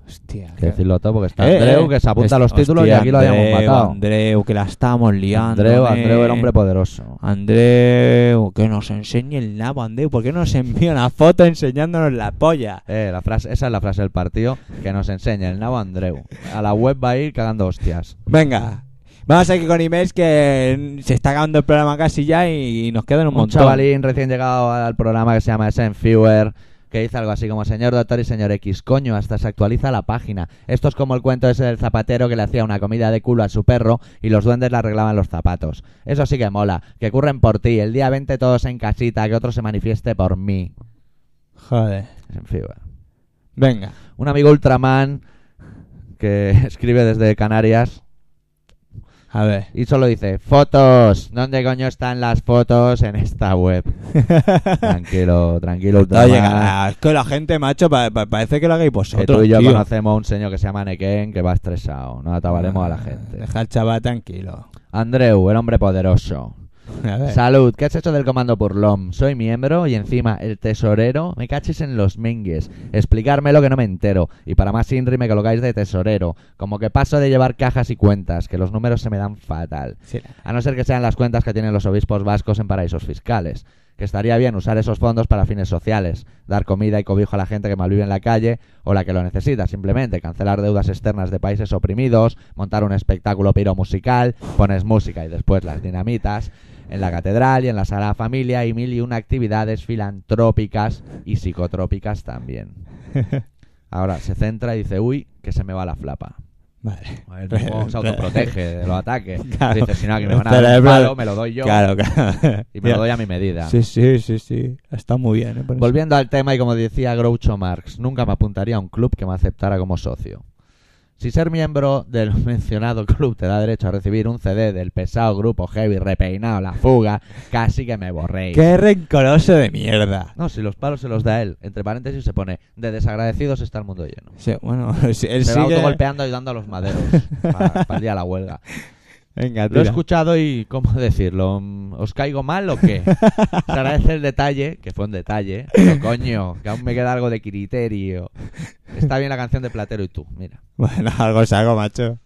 [SPEAKER 2] Hostia.
[SPEAKER 1] Hay que decirlo todo porque está
[SPEAKER 2] Eh,
[SPEAKER 1] Andreu
[SPEAKER 2] eh,
[SPEAKER 1] que se apunta
[SPEAKER 2] es-
[SPEAKER 1] a los títulos y
[SPEAKER 2] hostia,
[SPEAKER 1] aquí lo habíamos
[SPEAKER 2] Andreu,
[SPEAKER 1] matado.
[SPEAKER 2] Andreu, que la estábamos liando.
[SPEAKER 1] Andreu,
[SPEAKER 2] eh.
[SPEAKER 1] Andreu, el hombre poderoso.
[SPEAKER 2] Andreu, que nos enseñe el nabo, Andreu. ¿Por qué no nos envía una foto enseñándonos la polla?
[SPEAKER 1] Eh, la frase, esa es la frase del partido que nos enseña el nabo Andreu. A la web va a ir cagando hostias.
[SPEAKER 2] Venga, vamos aquí con emails que se está acabando el programa casi ya y, nos quedan un,
[SPEAKER 1] Un
[SPEAKER 2] montón.
[SPEAKER 1] chavalín recién llegado al programa que se llama Fewer que dice algo así como señor doctor y señor X, coño, hasta se actualiza la página. Esto es como el cuento ese del zapatero que le hacía una comida de culo a su perro y los duendes le arreglaban los zapatos. Eso sí que mola, que curren por ti, el día 20 todos en casita, que otro se manifieste por mí.
[SPEAKER 2] Joder.
[SPEAKER 1] Senfewer.
[SPEAKER 2] Venga.
[SPEAKER 1] Un amigo Ultraman que [laughs] escribe desde Canarias
[SPEAKER 2] A ver.
[SPEAKER 1] y solo dice, fotos, ¿dónde coño están las fotos en esta
[SPEAKER 2] [laughs]
[SPEAKER 1] web? Tranquilo, tranquilo
[SPEAKER 2] No
[SPEAKER 1] Ultraman.
[SPEAKER 2] llega. Es que la gente, macho, pa- pa- parece que lo hagáis
[SPEAKER 1] Que
[SPEAKER 2] vosotros.
[SPEAKER 1] tú y yo
[SPEAKER 2] tío.
[SPEAKER 1] conocemos a un señor que se llama Nequén que va estresado. No atabaremos a la gente.
[SPEAKER 2] Ah, Deja al chaval tranquilo.
[SPEAKER 1] Andreu, el hombre poderoso.
[SPEAKER 2] A ver.
[SPEAKER 1] Salud, ¿qué has hecho del comando Purlom? Soy miembro y encima el tesorero. Me cachis en los mingues. Explicármelo que no me entero. Y para más Inri me colocáis de tesorero. Como que paso de llevar cajas y cuentas, que los números se me dan fatal.
[SPEAKER 2] Sí.
[SPEAKER 1] A no ser que sean las cuentas que tienen los obispos vascos en paraísos fiscales. Que estaría bien usar esos fondos para fines sociales, dar comida y cobijo a la gente que malvive en la calle o la que lo necesita, simplemente cancelar deudas externas de países oprimidos, montar un espectáculo piro musical, pones música y después las dinamitas en la catedral y en la sala de familia y mil y una actividades filantrópicas y psicotrópicas también. Ahora se centra y dice, uy, que se me va la flapa.
[SPEAKER 2] Vale.
[SPEAKER 1] El
[SPEAKER 2] [laughs]
[SPEAKER 1] tipo se autoprotege de los ataques.
[SPEAKER 2] Claro.
[SPEAKER 1] Dice, si no, aquí me van a
[SPEAKER 2] Pero
[SPEAKER 1] dar
[SPEAKER 2] es
[SPEAKER 1] un palo,
[SPEAKER 2] verdad.
[SPEAKER 1] me lo doy yo
[SPEAKER 2] Claro, claro.
[SPEAKER 1] [laughs] y me
[SPEAKER 2] Ya.
[SPEAKER 1] lo doy a mi medida.
[SPEAKER 2] Sí, sí, sí, sí. Está muy bien, ¿eh? Por eso.
[SPEAKER 1] Volviendo al tema y como decía Groucho Marx, nunca me apuntaría a un club que me aceptara como socio. Si ser miembro del [laughs] mencionado club te da derecho a recibir un CD del pesado grupo heavy repeinado La Fuga, casi que me borréis.
[SPEAKER 2] Qué rencoroso de mierda.
[SPEAKER 1] No, si los palos se los da él. Entre paréntesis se pone, de desagradecidos está el mundo lleno.
[SPEAKER 2] Sí, bueno, [laughs] sí, él
[SPEAKER 1] Se va
[SPEAKER 2] sigue...
[SPEAKER 1] autogolpeando ayudando a los
[SPEAKER 2] [laughs]
[SPEAKER 1] maderos para, para el día de la huelga.
[SPEAKER 2] Venga,
[SPEAKER 1] Lo he
[SPEAKER 2] tira.
[SPEAKER 1] escuchado y, ¿cómo decirlo? Mm, ¿Os caigo mal o qué? Se agradece el detalle, que fue un detalle, pero coño, que aún me queda algo de criterio. Está bien la canción de Platero y tú, mira.
[SPEAKER 2] Bueno, [laughs] algo es algo, macho.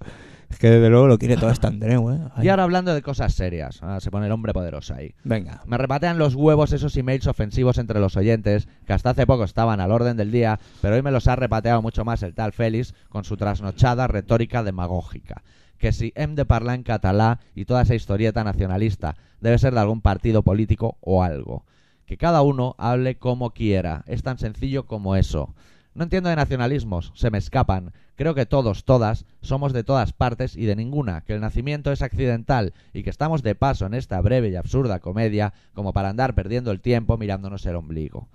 [SPEAKER 2] Es que desde luego lo quiere todo este Andreu, ¿eh?
[SPEAKER 1] [laughs]
[SPEAKER 2] Ay.
[SPEAKER 1] Y ahora hablando de cosas serias, ah, se pone el hombre poderoso ahí.
[SPEAKER 2] Venga.
[SPEAKER 1] Me repatean los huevos esos emails ofensivos entre los oyentes, que hasta hace poco estaban al orden del día, pero hoy me los ha repateado mucho más el tal Félix con su trasnochada retórica demagógica. Que si hem de parlar en catalá y toda esa historieta nacionalista debe ser de algún partido político o algo. Que cada uno hable como quiera, es tan sencillo como eso. No entiendo de nacionalismos, se me escapan. Creo que todos, todas, somos de todas partes y de ninguna, que el nacimiento es accidental y que estamos de paso en esta breve y absurda comedia como para andar perdiendo el tiempo mirándonos el ombligo.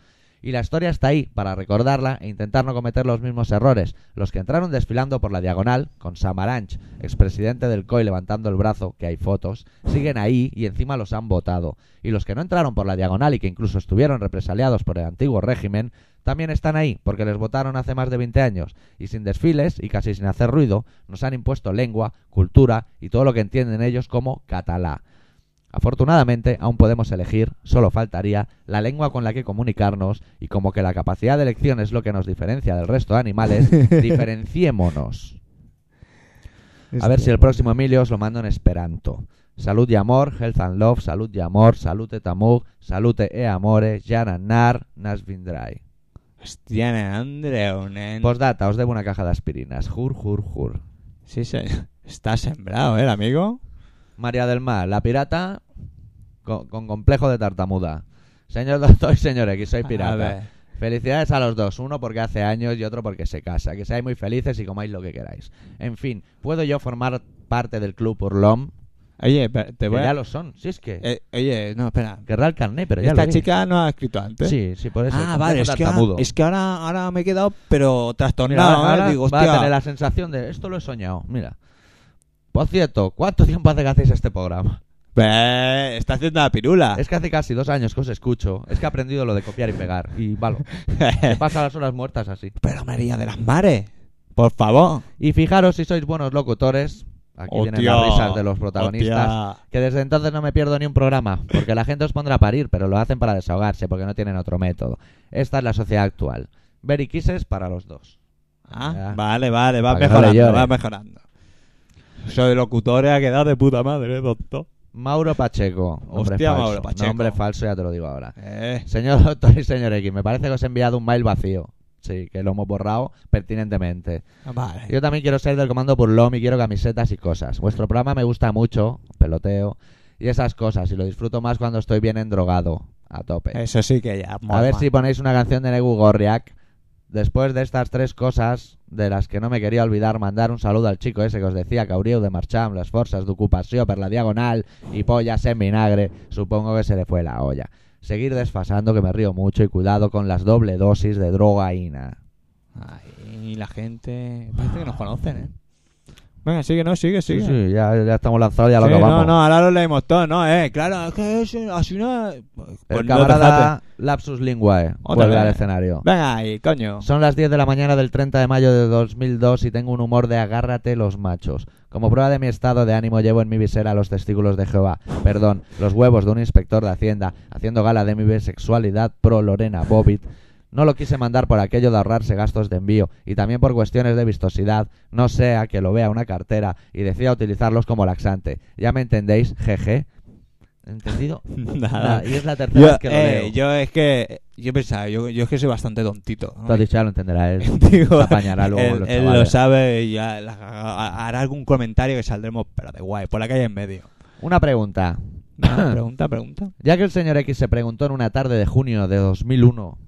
[SPEAKER 1] Y la historia está ahí, para recordarla e intentar no cometer los mismos errores, los que entraron desfilando por la diagonal, con Samaranch, expresidente del COI levantando el brazo, que hay fotos, siguen ahí y encima los han votado. Y los que no entraron por la diagonal y que incluso estuvieron represaliados por el antiguo régimen, también están ahí, porque les votaron hace más de 20 años, y sin desfiles y casi sin hacer ruido, nos han impuesto lengua, cultura y todo lo que entienden ellos como catalá. Afortunadamente, aún podemos elegir, solo faltaría, la lengua con la que comunicarnos y como que la capacidad de elección es lo que nos diferencia del resto de
[SPEAKER 2] [laughs]
[SPEAKER 1] animales, diferenciémonos. A ver si el próximo Emilio os lo mando en Esperanto. Salud y amor, health and love, salud y amor, salute tamug, salute e amore, jana nar, nas vindrai.
[SPEAKER 2] Hostia, Andreu, nen.
[SPEAKER 1] Postdata, os debo una caja de aspirinas. Jur, jur, jur.
[SPEAKER 2] Sí, se... Está sembrado, ¿eh, el amigo?
[SPEAKER 1] María del Mar, la pirata con, con complejo de tartamuda. Señor doctor y señor X, soy pirata.
[SPEAKER 2] A ver.
[SPEAKER 1] Felicidades a los dos, uno porque hace años y otro porque se casa. Que seáis muy felices y comáis lo que queráis. En fin, ¿puedo yo formar parte del club Urlom?
[SPEAKER 2] Oye, pero te
[SPEAKER 1] Que
[SPEAKER 2] voy a-
[SPEAKER 1] ya lo son. Si es que.
[SPEAKER 2] Eh, oye, no, espera.
[SPEAKER 1] querrá el carnet, pero ya
[SPEAKER 2] Esta
[SPEAKER 1] lo dije.
[SPEAKER 2] chica no ha escrito antes.
[SPEAKER 1] Sí, sí, por eso.
[SPEAKER 2] Ah,
[SPEAKER 1] el
[SPEAKER 2] vale, es
[SPEAKER 1] complejo
[SPEAKER 2] que, ahora,
[SPEAKER 1] tartamudo.
[SPEAKER 2] es que ahora, ahora me he quedado, pero
[SPEAKER 1] Mira,
[SPEAKER 2] trastornado.
[SPEAKER 1] ahora
[SPEAKER 2] ¿eh? Digo,
[SPEAKER 1] va a
[SPEAKER 2] hostia.
[SPEAKER 1] tener la sensación de esto lo he soñado. Mira. Por cierto, ¿cuánto tiempo hace que hacéis este programa?
[SPEAKER 2] Eh, está haciendo la pirula.
[SPEAKER 1] Es que hace casi dos años que os escucho. Es que he aprendido lo de copiar y pegar. Y
[SPEAKER 2] [laughs]
[SPEAKER 1] valo. Me pasa las horas muertas así.
[SPEAKER 2] [laughs] pero María de las Mares, por favor.
[SPEAKER 1] Y fijaros si sois buenos locutores. Aquí vienen
[SPEAKER 2] Hostia,
[SPEAKER 1] las risas de los protagonistas.
[SPEAKER 2] hostia.
[SPEAKER 1] Que desde entonces no me pierdo ni un programa, porque la gente os pondrá a parir, pero lo hacen para desahogarse, porque no tienen otro método. Esta es la sociedad actual. Ver y kisses para los dos.
[SPEAKER 2] Ah,
[SPEAKER 1] Ya.
[SPEAKER 2] vale, vale, va
[SPEAKER 1] Para que no le
[SPEAKER 2] mejorando,
[SPEAKER 1] llore.
[SPEAKER 2] va mejorando. Eso de locutores ha quedado de puta madre, ¿eh, doctor.
[SPEAKER 1] Mauro Pacheco. Nombre
[SPEAKER 2] Hostia,
[SPEAKER 1] falso.
[SPEAKER 2] Mauro Pacheco.
[SPEAKER 1] Nombre falso, ya te lo digo ahora.
[SPEAKER 2] Eh,
[SPEAKER 1] Señor doctor y señor X, me parece que os he enviado un mail vacío. Sí, que lo hemos borrado pertinentemente.
[SPEAKER 2] Ah, vale.
[SPEAKER 1] Yo también quiero ser del comando Burlom y quiero camisetas y cosas. Vuestro programa me gusta mucho, peloteo y esas cosas, y lo disfruto más cuando estoy bien endrogado, a tope.
[SPEAKER 2] Eso sí que ya.
[SPEAKER 1] A
[SPEAKER 2] mola.
[SPEAKER 1] ver si ponéis una canción de Negu Gorriak. Después de estas tres cosas, de las que no me quería olvidar, mandar un saludo al chico ese que os decía, Cauriu de Marcham, les forces d'ocupació per la diagonal y pollas en vinagre, supongo que se le fue la olla. Seguir desfasando, que me río mucho, y cuidado con las doble dosis de drogaína.
[SPEAKER 2] Ay, y la gente. Parece que nos conocen, ¿eh? Venga, sigue, no, sigue, sigue.
[SPEAKER 1] ya, ya estamos lanzados, ya
[SPEAKER 2] Sí,
[SPEAKER 1] lo acabamos.
[SPEAKER 2] no, no, ahora lo leemos todo, ¿no? Eh, claro, es que es, así no... Pues
[SPEAKER 1] El
[SPEAKER 2] no
[SPEAKER 1] camarada Lapsus Linguae
[SPEAKER 2] Otra
[SPEAKER 1] vuelve al
[SPEAKER 2] vez.
[SPEAKER 1] escenario.
[SPEAKER 2] dejate. Venga ahí, coño.
[SPEAKER 1] Son las 10 de la mañana del 30 de mayo de 2002 y tengo un humor de agárrate los machos. Como prueba de mi estado de ánimo llevo en mi visera los testículos de Jehová, perdón, los huevos de un inspector de Hacienda, haciendo gala de mi bisexualidad pro Lorena Bobbitt. No lo quise mandar por aquello de ahorrarse gastos de envío y también por cuestiones de vistosidad, no sea que lo vea una cartera y decida utilizarlos como laxante. Ya me entendéis, jeje. ¿Entendido?
[SPEAKER 2] [laughs] Nada.
[SPEAKER 1] Ah, Y es la tercera
[SPEAKER 2] Yo,
[SPEAKER 1] vez que lo
[SPEAKER 2] eh,
[SPEAKER 1] leo.
[SPEAKER 2] yo es que... Yo pensaba, yo, yo es que soy bastante tontito. ¿no?
[SPEAKER 1] Tú has dicho, ya lo entenderá él.
[SPEAKER 2] [laughs] Digo,
[SPEAKER 1] Se apañará luego
[SPEAKER 2] él,
[SPEAKER 1] los
[SPEAKER 2] él lo
[SPEAKER 1] chavales.
[SPEAKER 2] sabe y ya la- ha- hará algún comentario que saldremos, pero de guay, por la calle
[SPEAKER 1] [laughs]
[SPEAKER 2] en medio.
[SPEAKER 1] Una pregunta.
[SPEAKER 2] Nada, pregunta, pregunta.
[SPEAKER 1] Ya que el señor X se preguntó en una tarde de junio de 2001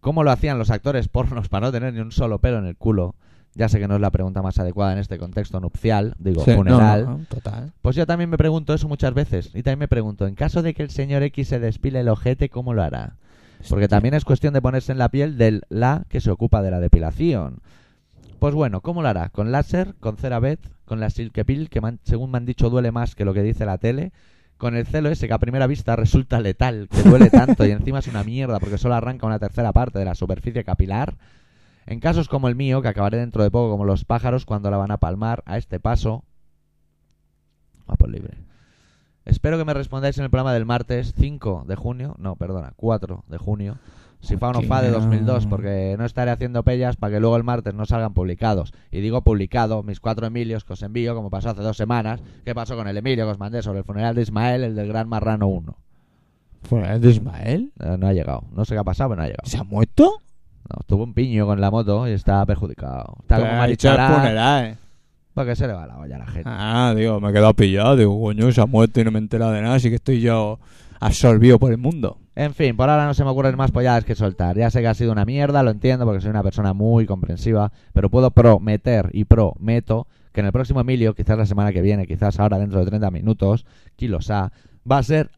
[SPEAKER 1] cómo lo hacían los actores pornos para no tener ni un solo pelo en el culo, ya sé que no es la pregunta más adecuada en este contexto nupcial, digo
[SPEAKER 2] Sí, no,
[SPEAKER 1] funeral,
[SPEAKER 2] no, no, total.
[SPEAKER 1] pues yo también me pregunto eso muchas veces. Y también me pregunto, en caso de que el señor X se despile el ojete, ¿cómo lo hará? Porque también es cuestión de ponerse en la piel del la que se ocupa de la depilación. Pues bueno, ¿cómo lo hará? ¿Con láser? ¿Con CeraVet? ¿Con la Silkepil, que me han- según me han dicho duele más que lo que dice la tele? ¿Con el celo ese que a primera vista resulta letal, que duele tanto y encima es una mierda porque solo arranca una tercera parte de la superficie capilar? En casos como el mío, que acabaré dentro de poco como los pájaros cuando la van a palmar, a este paso. Va por libre. Espero que me respondáis en el programa del martes 5 de junio. No, perdona, 4 de junio. Si fa o no fa de
[SPEAKER 2] Hostia.
[SPEAKER 1] 2002, porque no estaré haciendo pellas para que luego el martes no salgan publicados. Y digo publicado, mis cuatro Emilios que os envío, como pasó hace dos semanas. ¿Qué pasó con el Emilio que os mandé sobre el funeral de Ismael, el del Gran Marrano 1?
[SPEAKER 2] ¿Funeral de Ismael?
[SPEAKER 1] Eh, No ha llegado. No sé qué ha pasado, pero no ha llegado.
[SPEAKER 2] ¿Se ha muerto?
[SPEAKER 1] No, tuvo un piño con la moto y está perjudicado. Está como
[SPEAKER 2] Pues ha dicho el
[SPEAKER 1] Marichalar.
[SPEAKER 2] funeral.
[SPEAKER 1] Porque se le va la olla a la gente.
[SPEAKER 2] Ah, digo, me he quedado pillado. Digo, coño, se ha muerto y no me he enterado de nada, así que estoy yo absorbido por el mundo.
[SPEAKER 1] En fin, por ahora no se me ocurren más polladas que soltar. Ya sé que ha sido una mierda, lo entiendo porque soy una persona muy comprensiva, pero puedo prometer y prometo que en el próximo Emilio, quizás la semana que viene, quizás ahora dentro de 30 minutos, kilosá, va a ser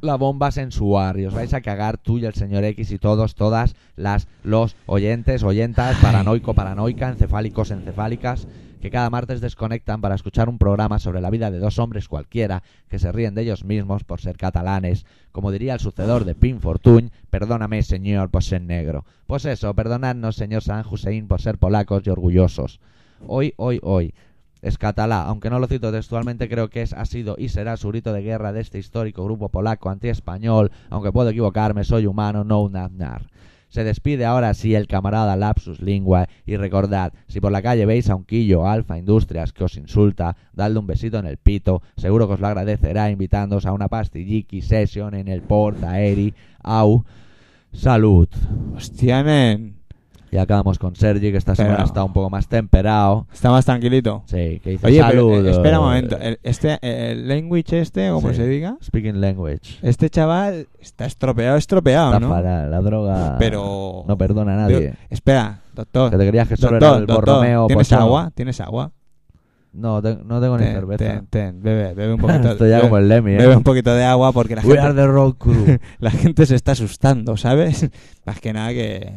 [SPEAKER 1] la bomba sensuario. Os vais a cagar tú y el señor X y todos, todas las, los oyentes, oyentas, paranoico, paranoica, encefálicos, encefálicas, que cada martes desconectan para escuchar un programa sobre la vida de dos hombres cualquiera que se ríen de ellos mismos por ser catalanes. Como diría el sucedor de Pin Fortuny, perdóname, señor, por ser negro. Pues eso, perdonadnos, señor San Hussein, por ser polacos y orgullosos. Hoy, hoy, hoy. Es catalá, aunque no lo cito textualmente, creo que es, ha sido y será su grito de guerra de este histórico grupo polaco antiespañol, aunque puedo equivocarme, soy humano, no un aznar. Se despide ahora sí el camarada Lapsus Lingua y recordad, si por la calle veis a un quillo Alfa Industrias que os insulta, dadle un besito en el pito, seguro que os lo agradecerá invitándoos a una pastilliki session en el Porta Eri, au, salud.
[SPEAKER 2] Hostia, nen.
[SPEAKER 1] Y acabamos con Sergi, que esta
[SPEAKER 2] Pero-
[SPEAKER 1] semana está un poco más temperado.
[SPEAKER 2] Está más tranquilito.
[SPEAKER 1] Sí, que dice
[SPEAKER 2] Oye, pero,
[SPEAKER 1] salud.
[SPEAKER 2] eh, espera un momento. El, este, el language este, o como
[SPEAKER 1] Sí.
[SPEAKER 2] se diga,
[SPEAKER 1] Speaking language.
[SPEAKER 2] este chaval está estropeado, estropeado,
[SPEAKER 1] Está
[SPEAKER 2] Ah, ¿no?
[SPEAKER 1] fatal, la droga.
[SPEAKER 2] Pero-
[SPEAKER 1] No perdona a
[SPEAKER 2] Digo,
[SPEAKER 1] nadie.
[SPEAKER 2] espera, doctor.
[SPEAKER 1] Que te creías que solo era
[SPEAKER 2] doctor,
[SPEAKER 1] el
[SPEAKER 2] doctor,
[SPEAKER 1] Borromeo
[SPEAKER 2] ¿tienes
[SPEAKER 1] pochón.
[SPEAKER 2] agua? ¿Tienes agua?
[SPEAKER 1] No, te- no tengo ni
[SPEAKER 2] Ten,
[SPEAKER 1] cerveza.
[SPEAKER 2] ten, ten, bebe, bebe
[SPEAKER 1] [laughs]
[SPEAKER 2] un poquito.
[SPEAKER 1] Estoy ya
[SPEAKER 2] bebe,
[SPEAKER 1] como el Lemmy,
[SPEAKER 2] bebe
[SPEAKER 1] ¿eh?
[SPEAKER 2] un poquito de agua porque la
[SPEAKER 1] We are
[SPEAKER 2] gente,
[SPEAKER 1] the road
[SPEAKER 2] [laughs]
[SPEAKER 1] crew.
[SPEAKER 2] la gente se está asustando, ¿sabes? [laughs] Más que nada que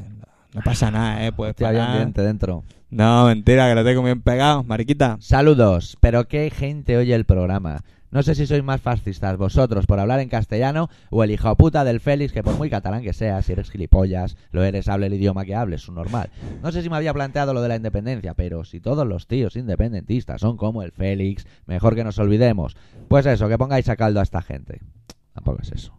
[SPEAKER 2] no pasa nada, ¿eh? Pues
[SPEAKER 1] Hostia, había un
[SPEAKER 2] parar.
[SPEAKER 1] diente dentro.
[SPEAKER 2] No, mentira, que lo tengo bien pegado, mariquita.
[SPEAKER 1] Saludos, pero qué gente oye el programa. No sé si sois más fascistas vosotros por hablar en castellano o el hijo puta del Félix, que por muy catalán que seas, si eres gilipollas, lo eres, hable el idioma que hables, su normal. No sé si me había planteado lo de la independencia, pero si todos los tíos independentistas son como el Félix, mejor que nos olvidemos. Pues eso, que pongáis a caldo a esta gente. Tampoco es eso.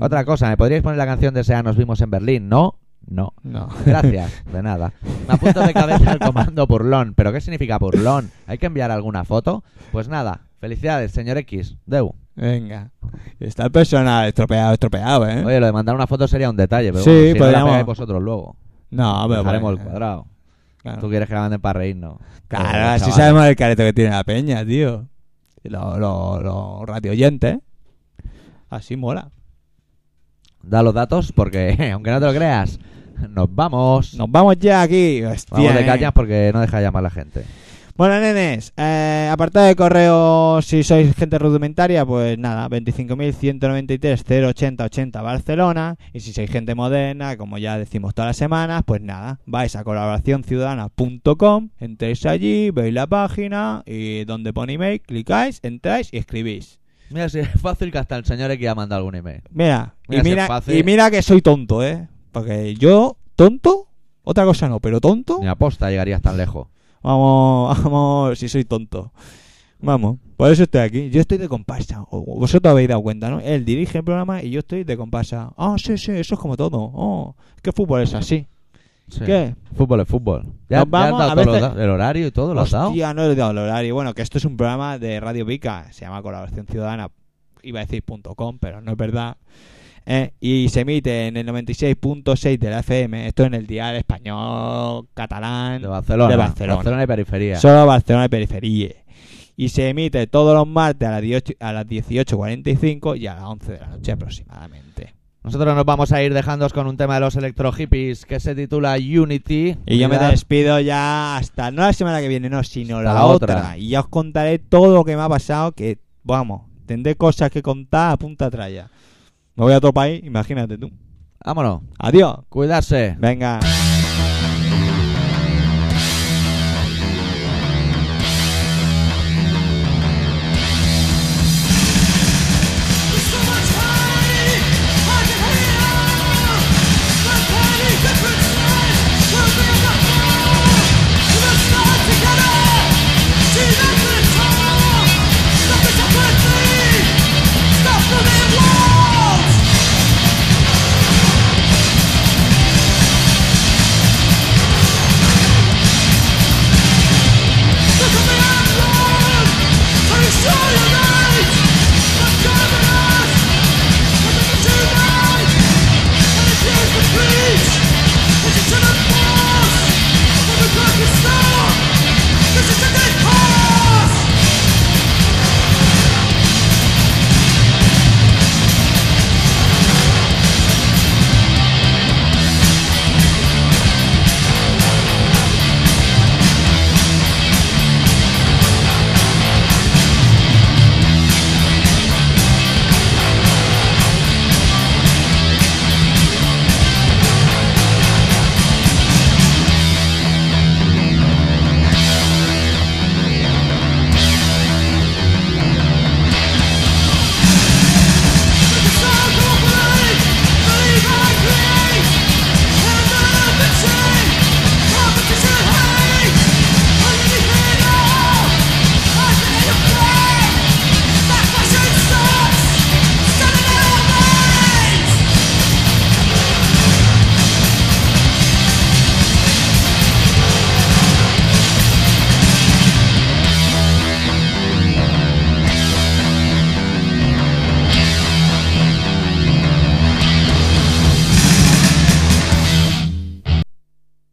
[SPEAKER 1] Otra cosa, ¿me podríais poner la canción de Sea Nos Vimos en Berlín? No, no.
[SPEAKER 2] No.
[SPEAKER 1] Gracias, de nada. Me apunto de cabeza el comando burlón. ¿Pero qué significa burlón? ¿Hay que enviar alguna foto? Pues nada, felicidades, señor X. Deu.
[SPEAKER 2] [laughs] Venga. Está el personal estropeado, estropeado, ¿eh?
[SPEAKER 1] Oye, lo de mandar una foto sería un detalle, pero
[SPEAKER 2] Sí,
[SPEAKER 1] bueno, si no la
[SPEAKER 2] podríamos.
[SPEAKER 1] pegáis vosotros luego.
[SPEAKER 2] no, pero
[SPEAKER 1] Dejaremos
[SPEAKER 2] bueno, eh,
[SPEAKER 1] el cuadrado.
[SPEAKER 2] Claro,
[SPEAKER 1] Tú quieres que la manden para reírnos.
[SPEAKER 2] Claro,
[SPEAKER 1] Joder,
[SPEAKER 2] así
[SPEAKER 1] chavales.
[SPEAKER 2] sabemos el careto que tiene la peña, tío. Y Los lo, lo radio oyentes. Así mola.
[SPEAKER 1] Da los datos porque, [laughs] aunque no te lo creas, nos vamos.
[SPEAKER 2] Nos vamos ya aquí. Hostia,
[SPEAKER 1] vamos
[SPEAKER 2] eh.
[SPEAKER 1] de cañas porque no deja de llamar la gente.
[SPEAKER 2] Bueno, nenes, eh, apartado de correo, si sois gente rudimentaria, pues nada, 25.193.080.80 Barcelona. Y si sois gente moderna, como ya decimos todas las semanas, pues nada, vais a colaboracionciudadana.com, entréis allí, veis la página y donde pone email, clicáis, entráis y escribís.
[SPEAKER 1] Mira, si es fácil que hasta el señor X ha mandado algún email.
[SPEAKER 2] Mira,
[SPEAKER 1] Mira, si
[SPEAKER 2] y,
[SPEAKER 1] es
[SPEAKER 2] mira
[SPEAKER 1] fácil.
[SPEAKER 2] y mira que soy tonto, ¿eh? Porque yo, tonto, otra cosa no, pero tonto,
[SPEAKER 1] Ni aposta llegarías tan lejos.
[SPEAKER 2] Vamos, [laughs] vamos, si soy tonto. Vamos, por eso estoy aquí. Yo estoy de comparsa. O- Vosotros habéis dado cuenta, ¿no? Él dirige el programa y yo estoy de comparsa. Ah, sí, sí, eso es como todo. Oh, ¿qué fútbol es así?
[SPEAKER 1] Sí.
[SPEAKER 2] ¿Qué?
[SPEAKER 1] Fútbol es fútbol. Ya,
[SPEAKER 2] Nos
[SPEAKER 1] ya has
[SPEAKER 2] vamos,
[SPEAKER 1] dado
[SPEAKER 2] a
[SPEAKER 1] todos los
[SPEAKER 2] veces-
[SPEAKER 1] da- el horario y todo, lo has dado.
[SPEAKER 2] Hostia, no he dado el horario. Bueno, que esto es un programa de Radio Vica. Se llama Colaboración Ciudadana. Iba a decir punto .com, pero no es verdad. Eh, y se emite en el 96.6 de la FM. Esto en el dial español, catalán.
[SPEAKER 1] De Barcelona.
[SPEAKER 2] De Barcelona.
[SPEAKER 1] y periferia.
[SPEAKER 2] Solo Barcelona y periferia. Y se emite todos los martes a las 18 a las 18.45 y a las 11 de la noche aproximadamente.
[SPEAKER 1] Nosotros nos vamos a ir dejándos con un tema de los electro hippies que se titula Unity.
[SPEAKER 2] Y yo me
[SPEAKER 1] Cuidad.
[SPEAKER 2] despido ya hasta, no la semana que viene, no, sino
[SPEAKER 1] Hasta
[SPEAKER 2] la,
[SPEAKER 1] la
[SPEAKER 2] otra.
[SPEAKER 1] otra.
[SPEAKER 2] Y ya os contaré todo lo que me ha pasado, que vamos, tendré cosas que contar a punta traya. Me voy a otro país, imagínate tú.
[SPEAKER 1] Vámonos.
[SPEAKER 2] Adiós.
[SPEAKER 1] Cuidarse.
[SPEAKER 2] Venga.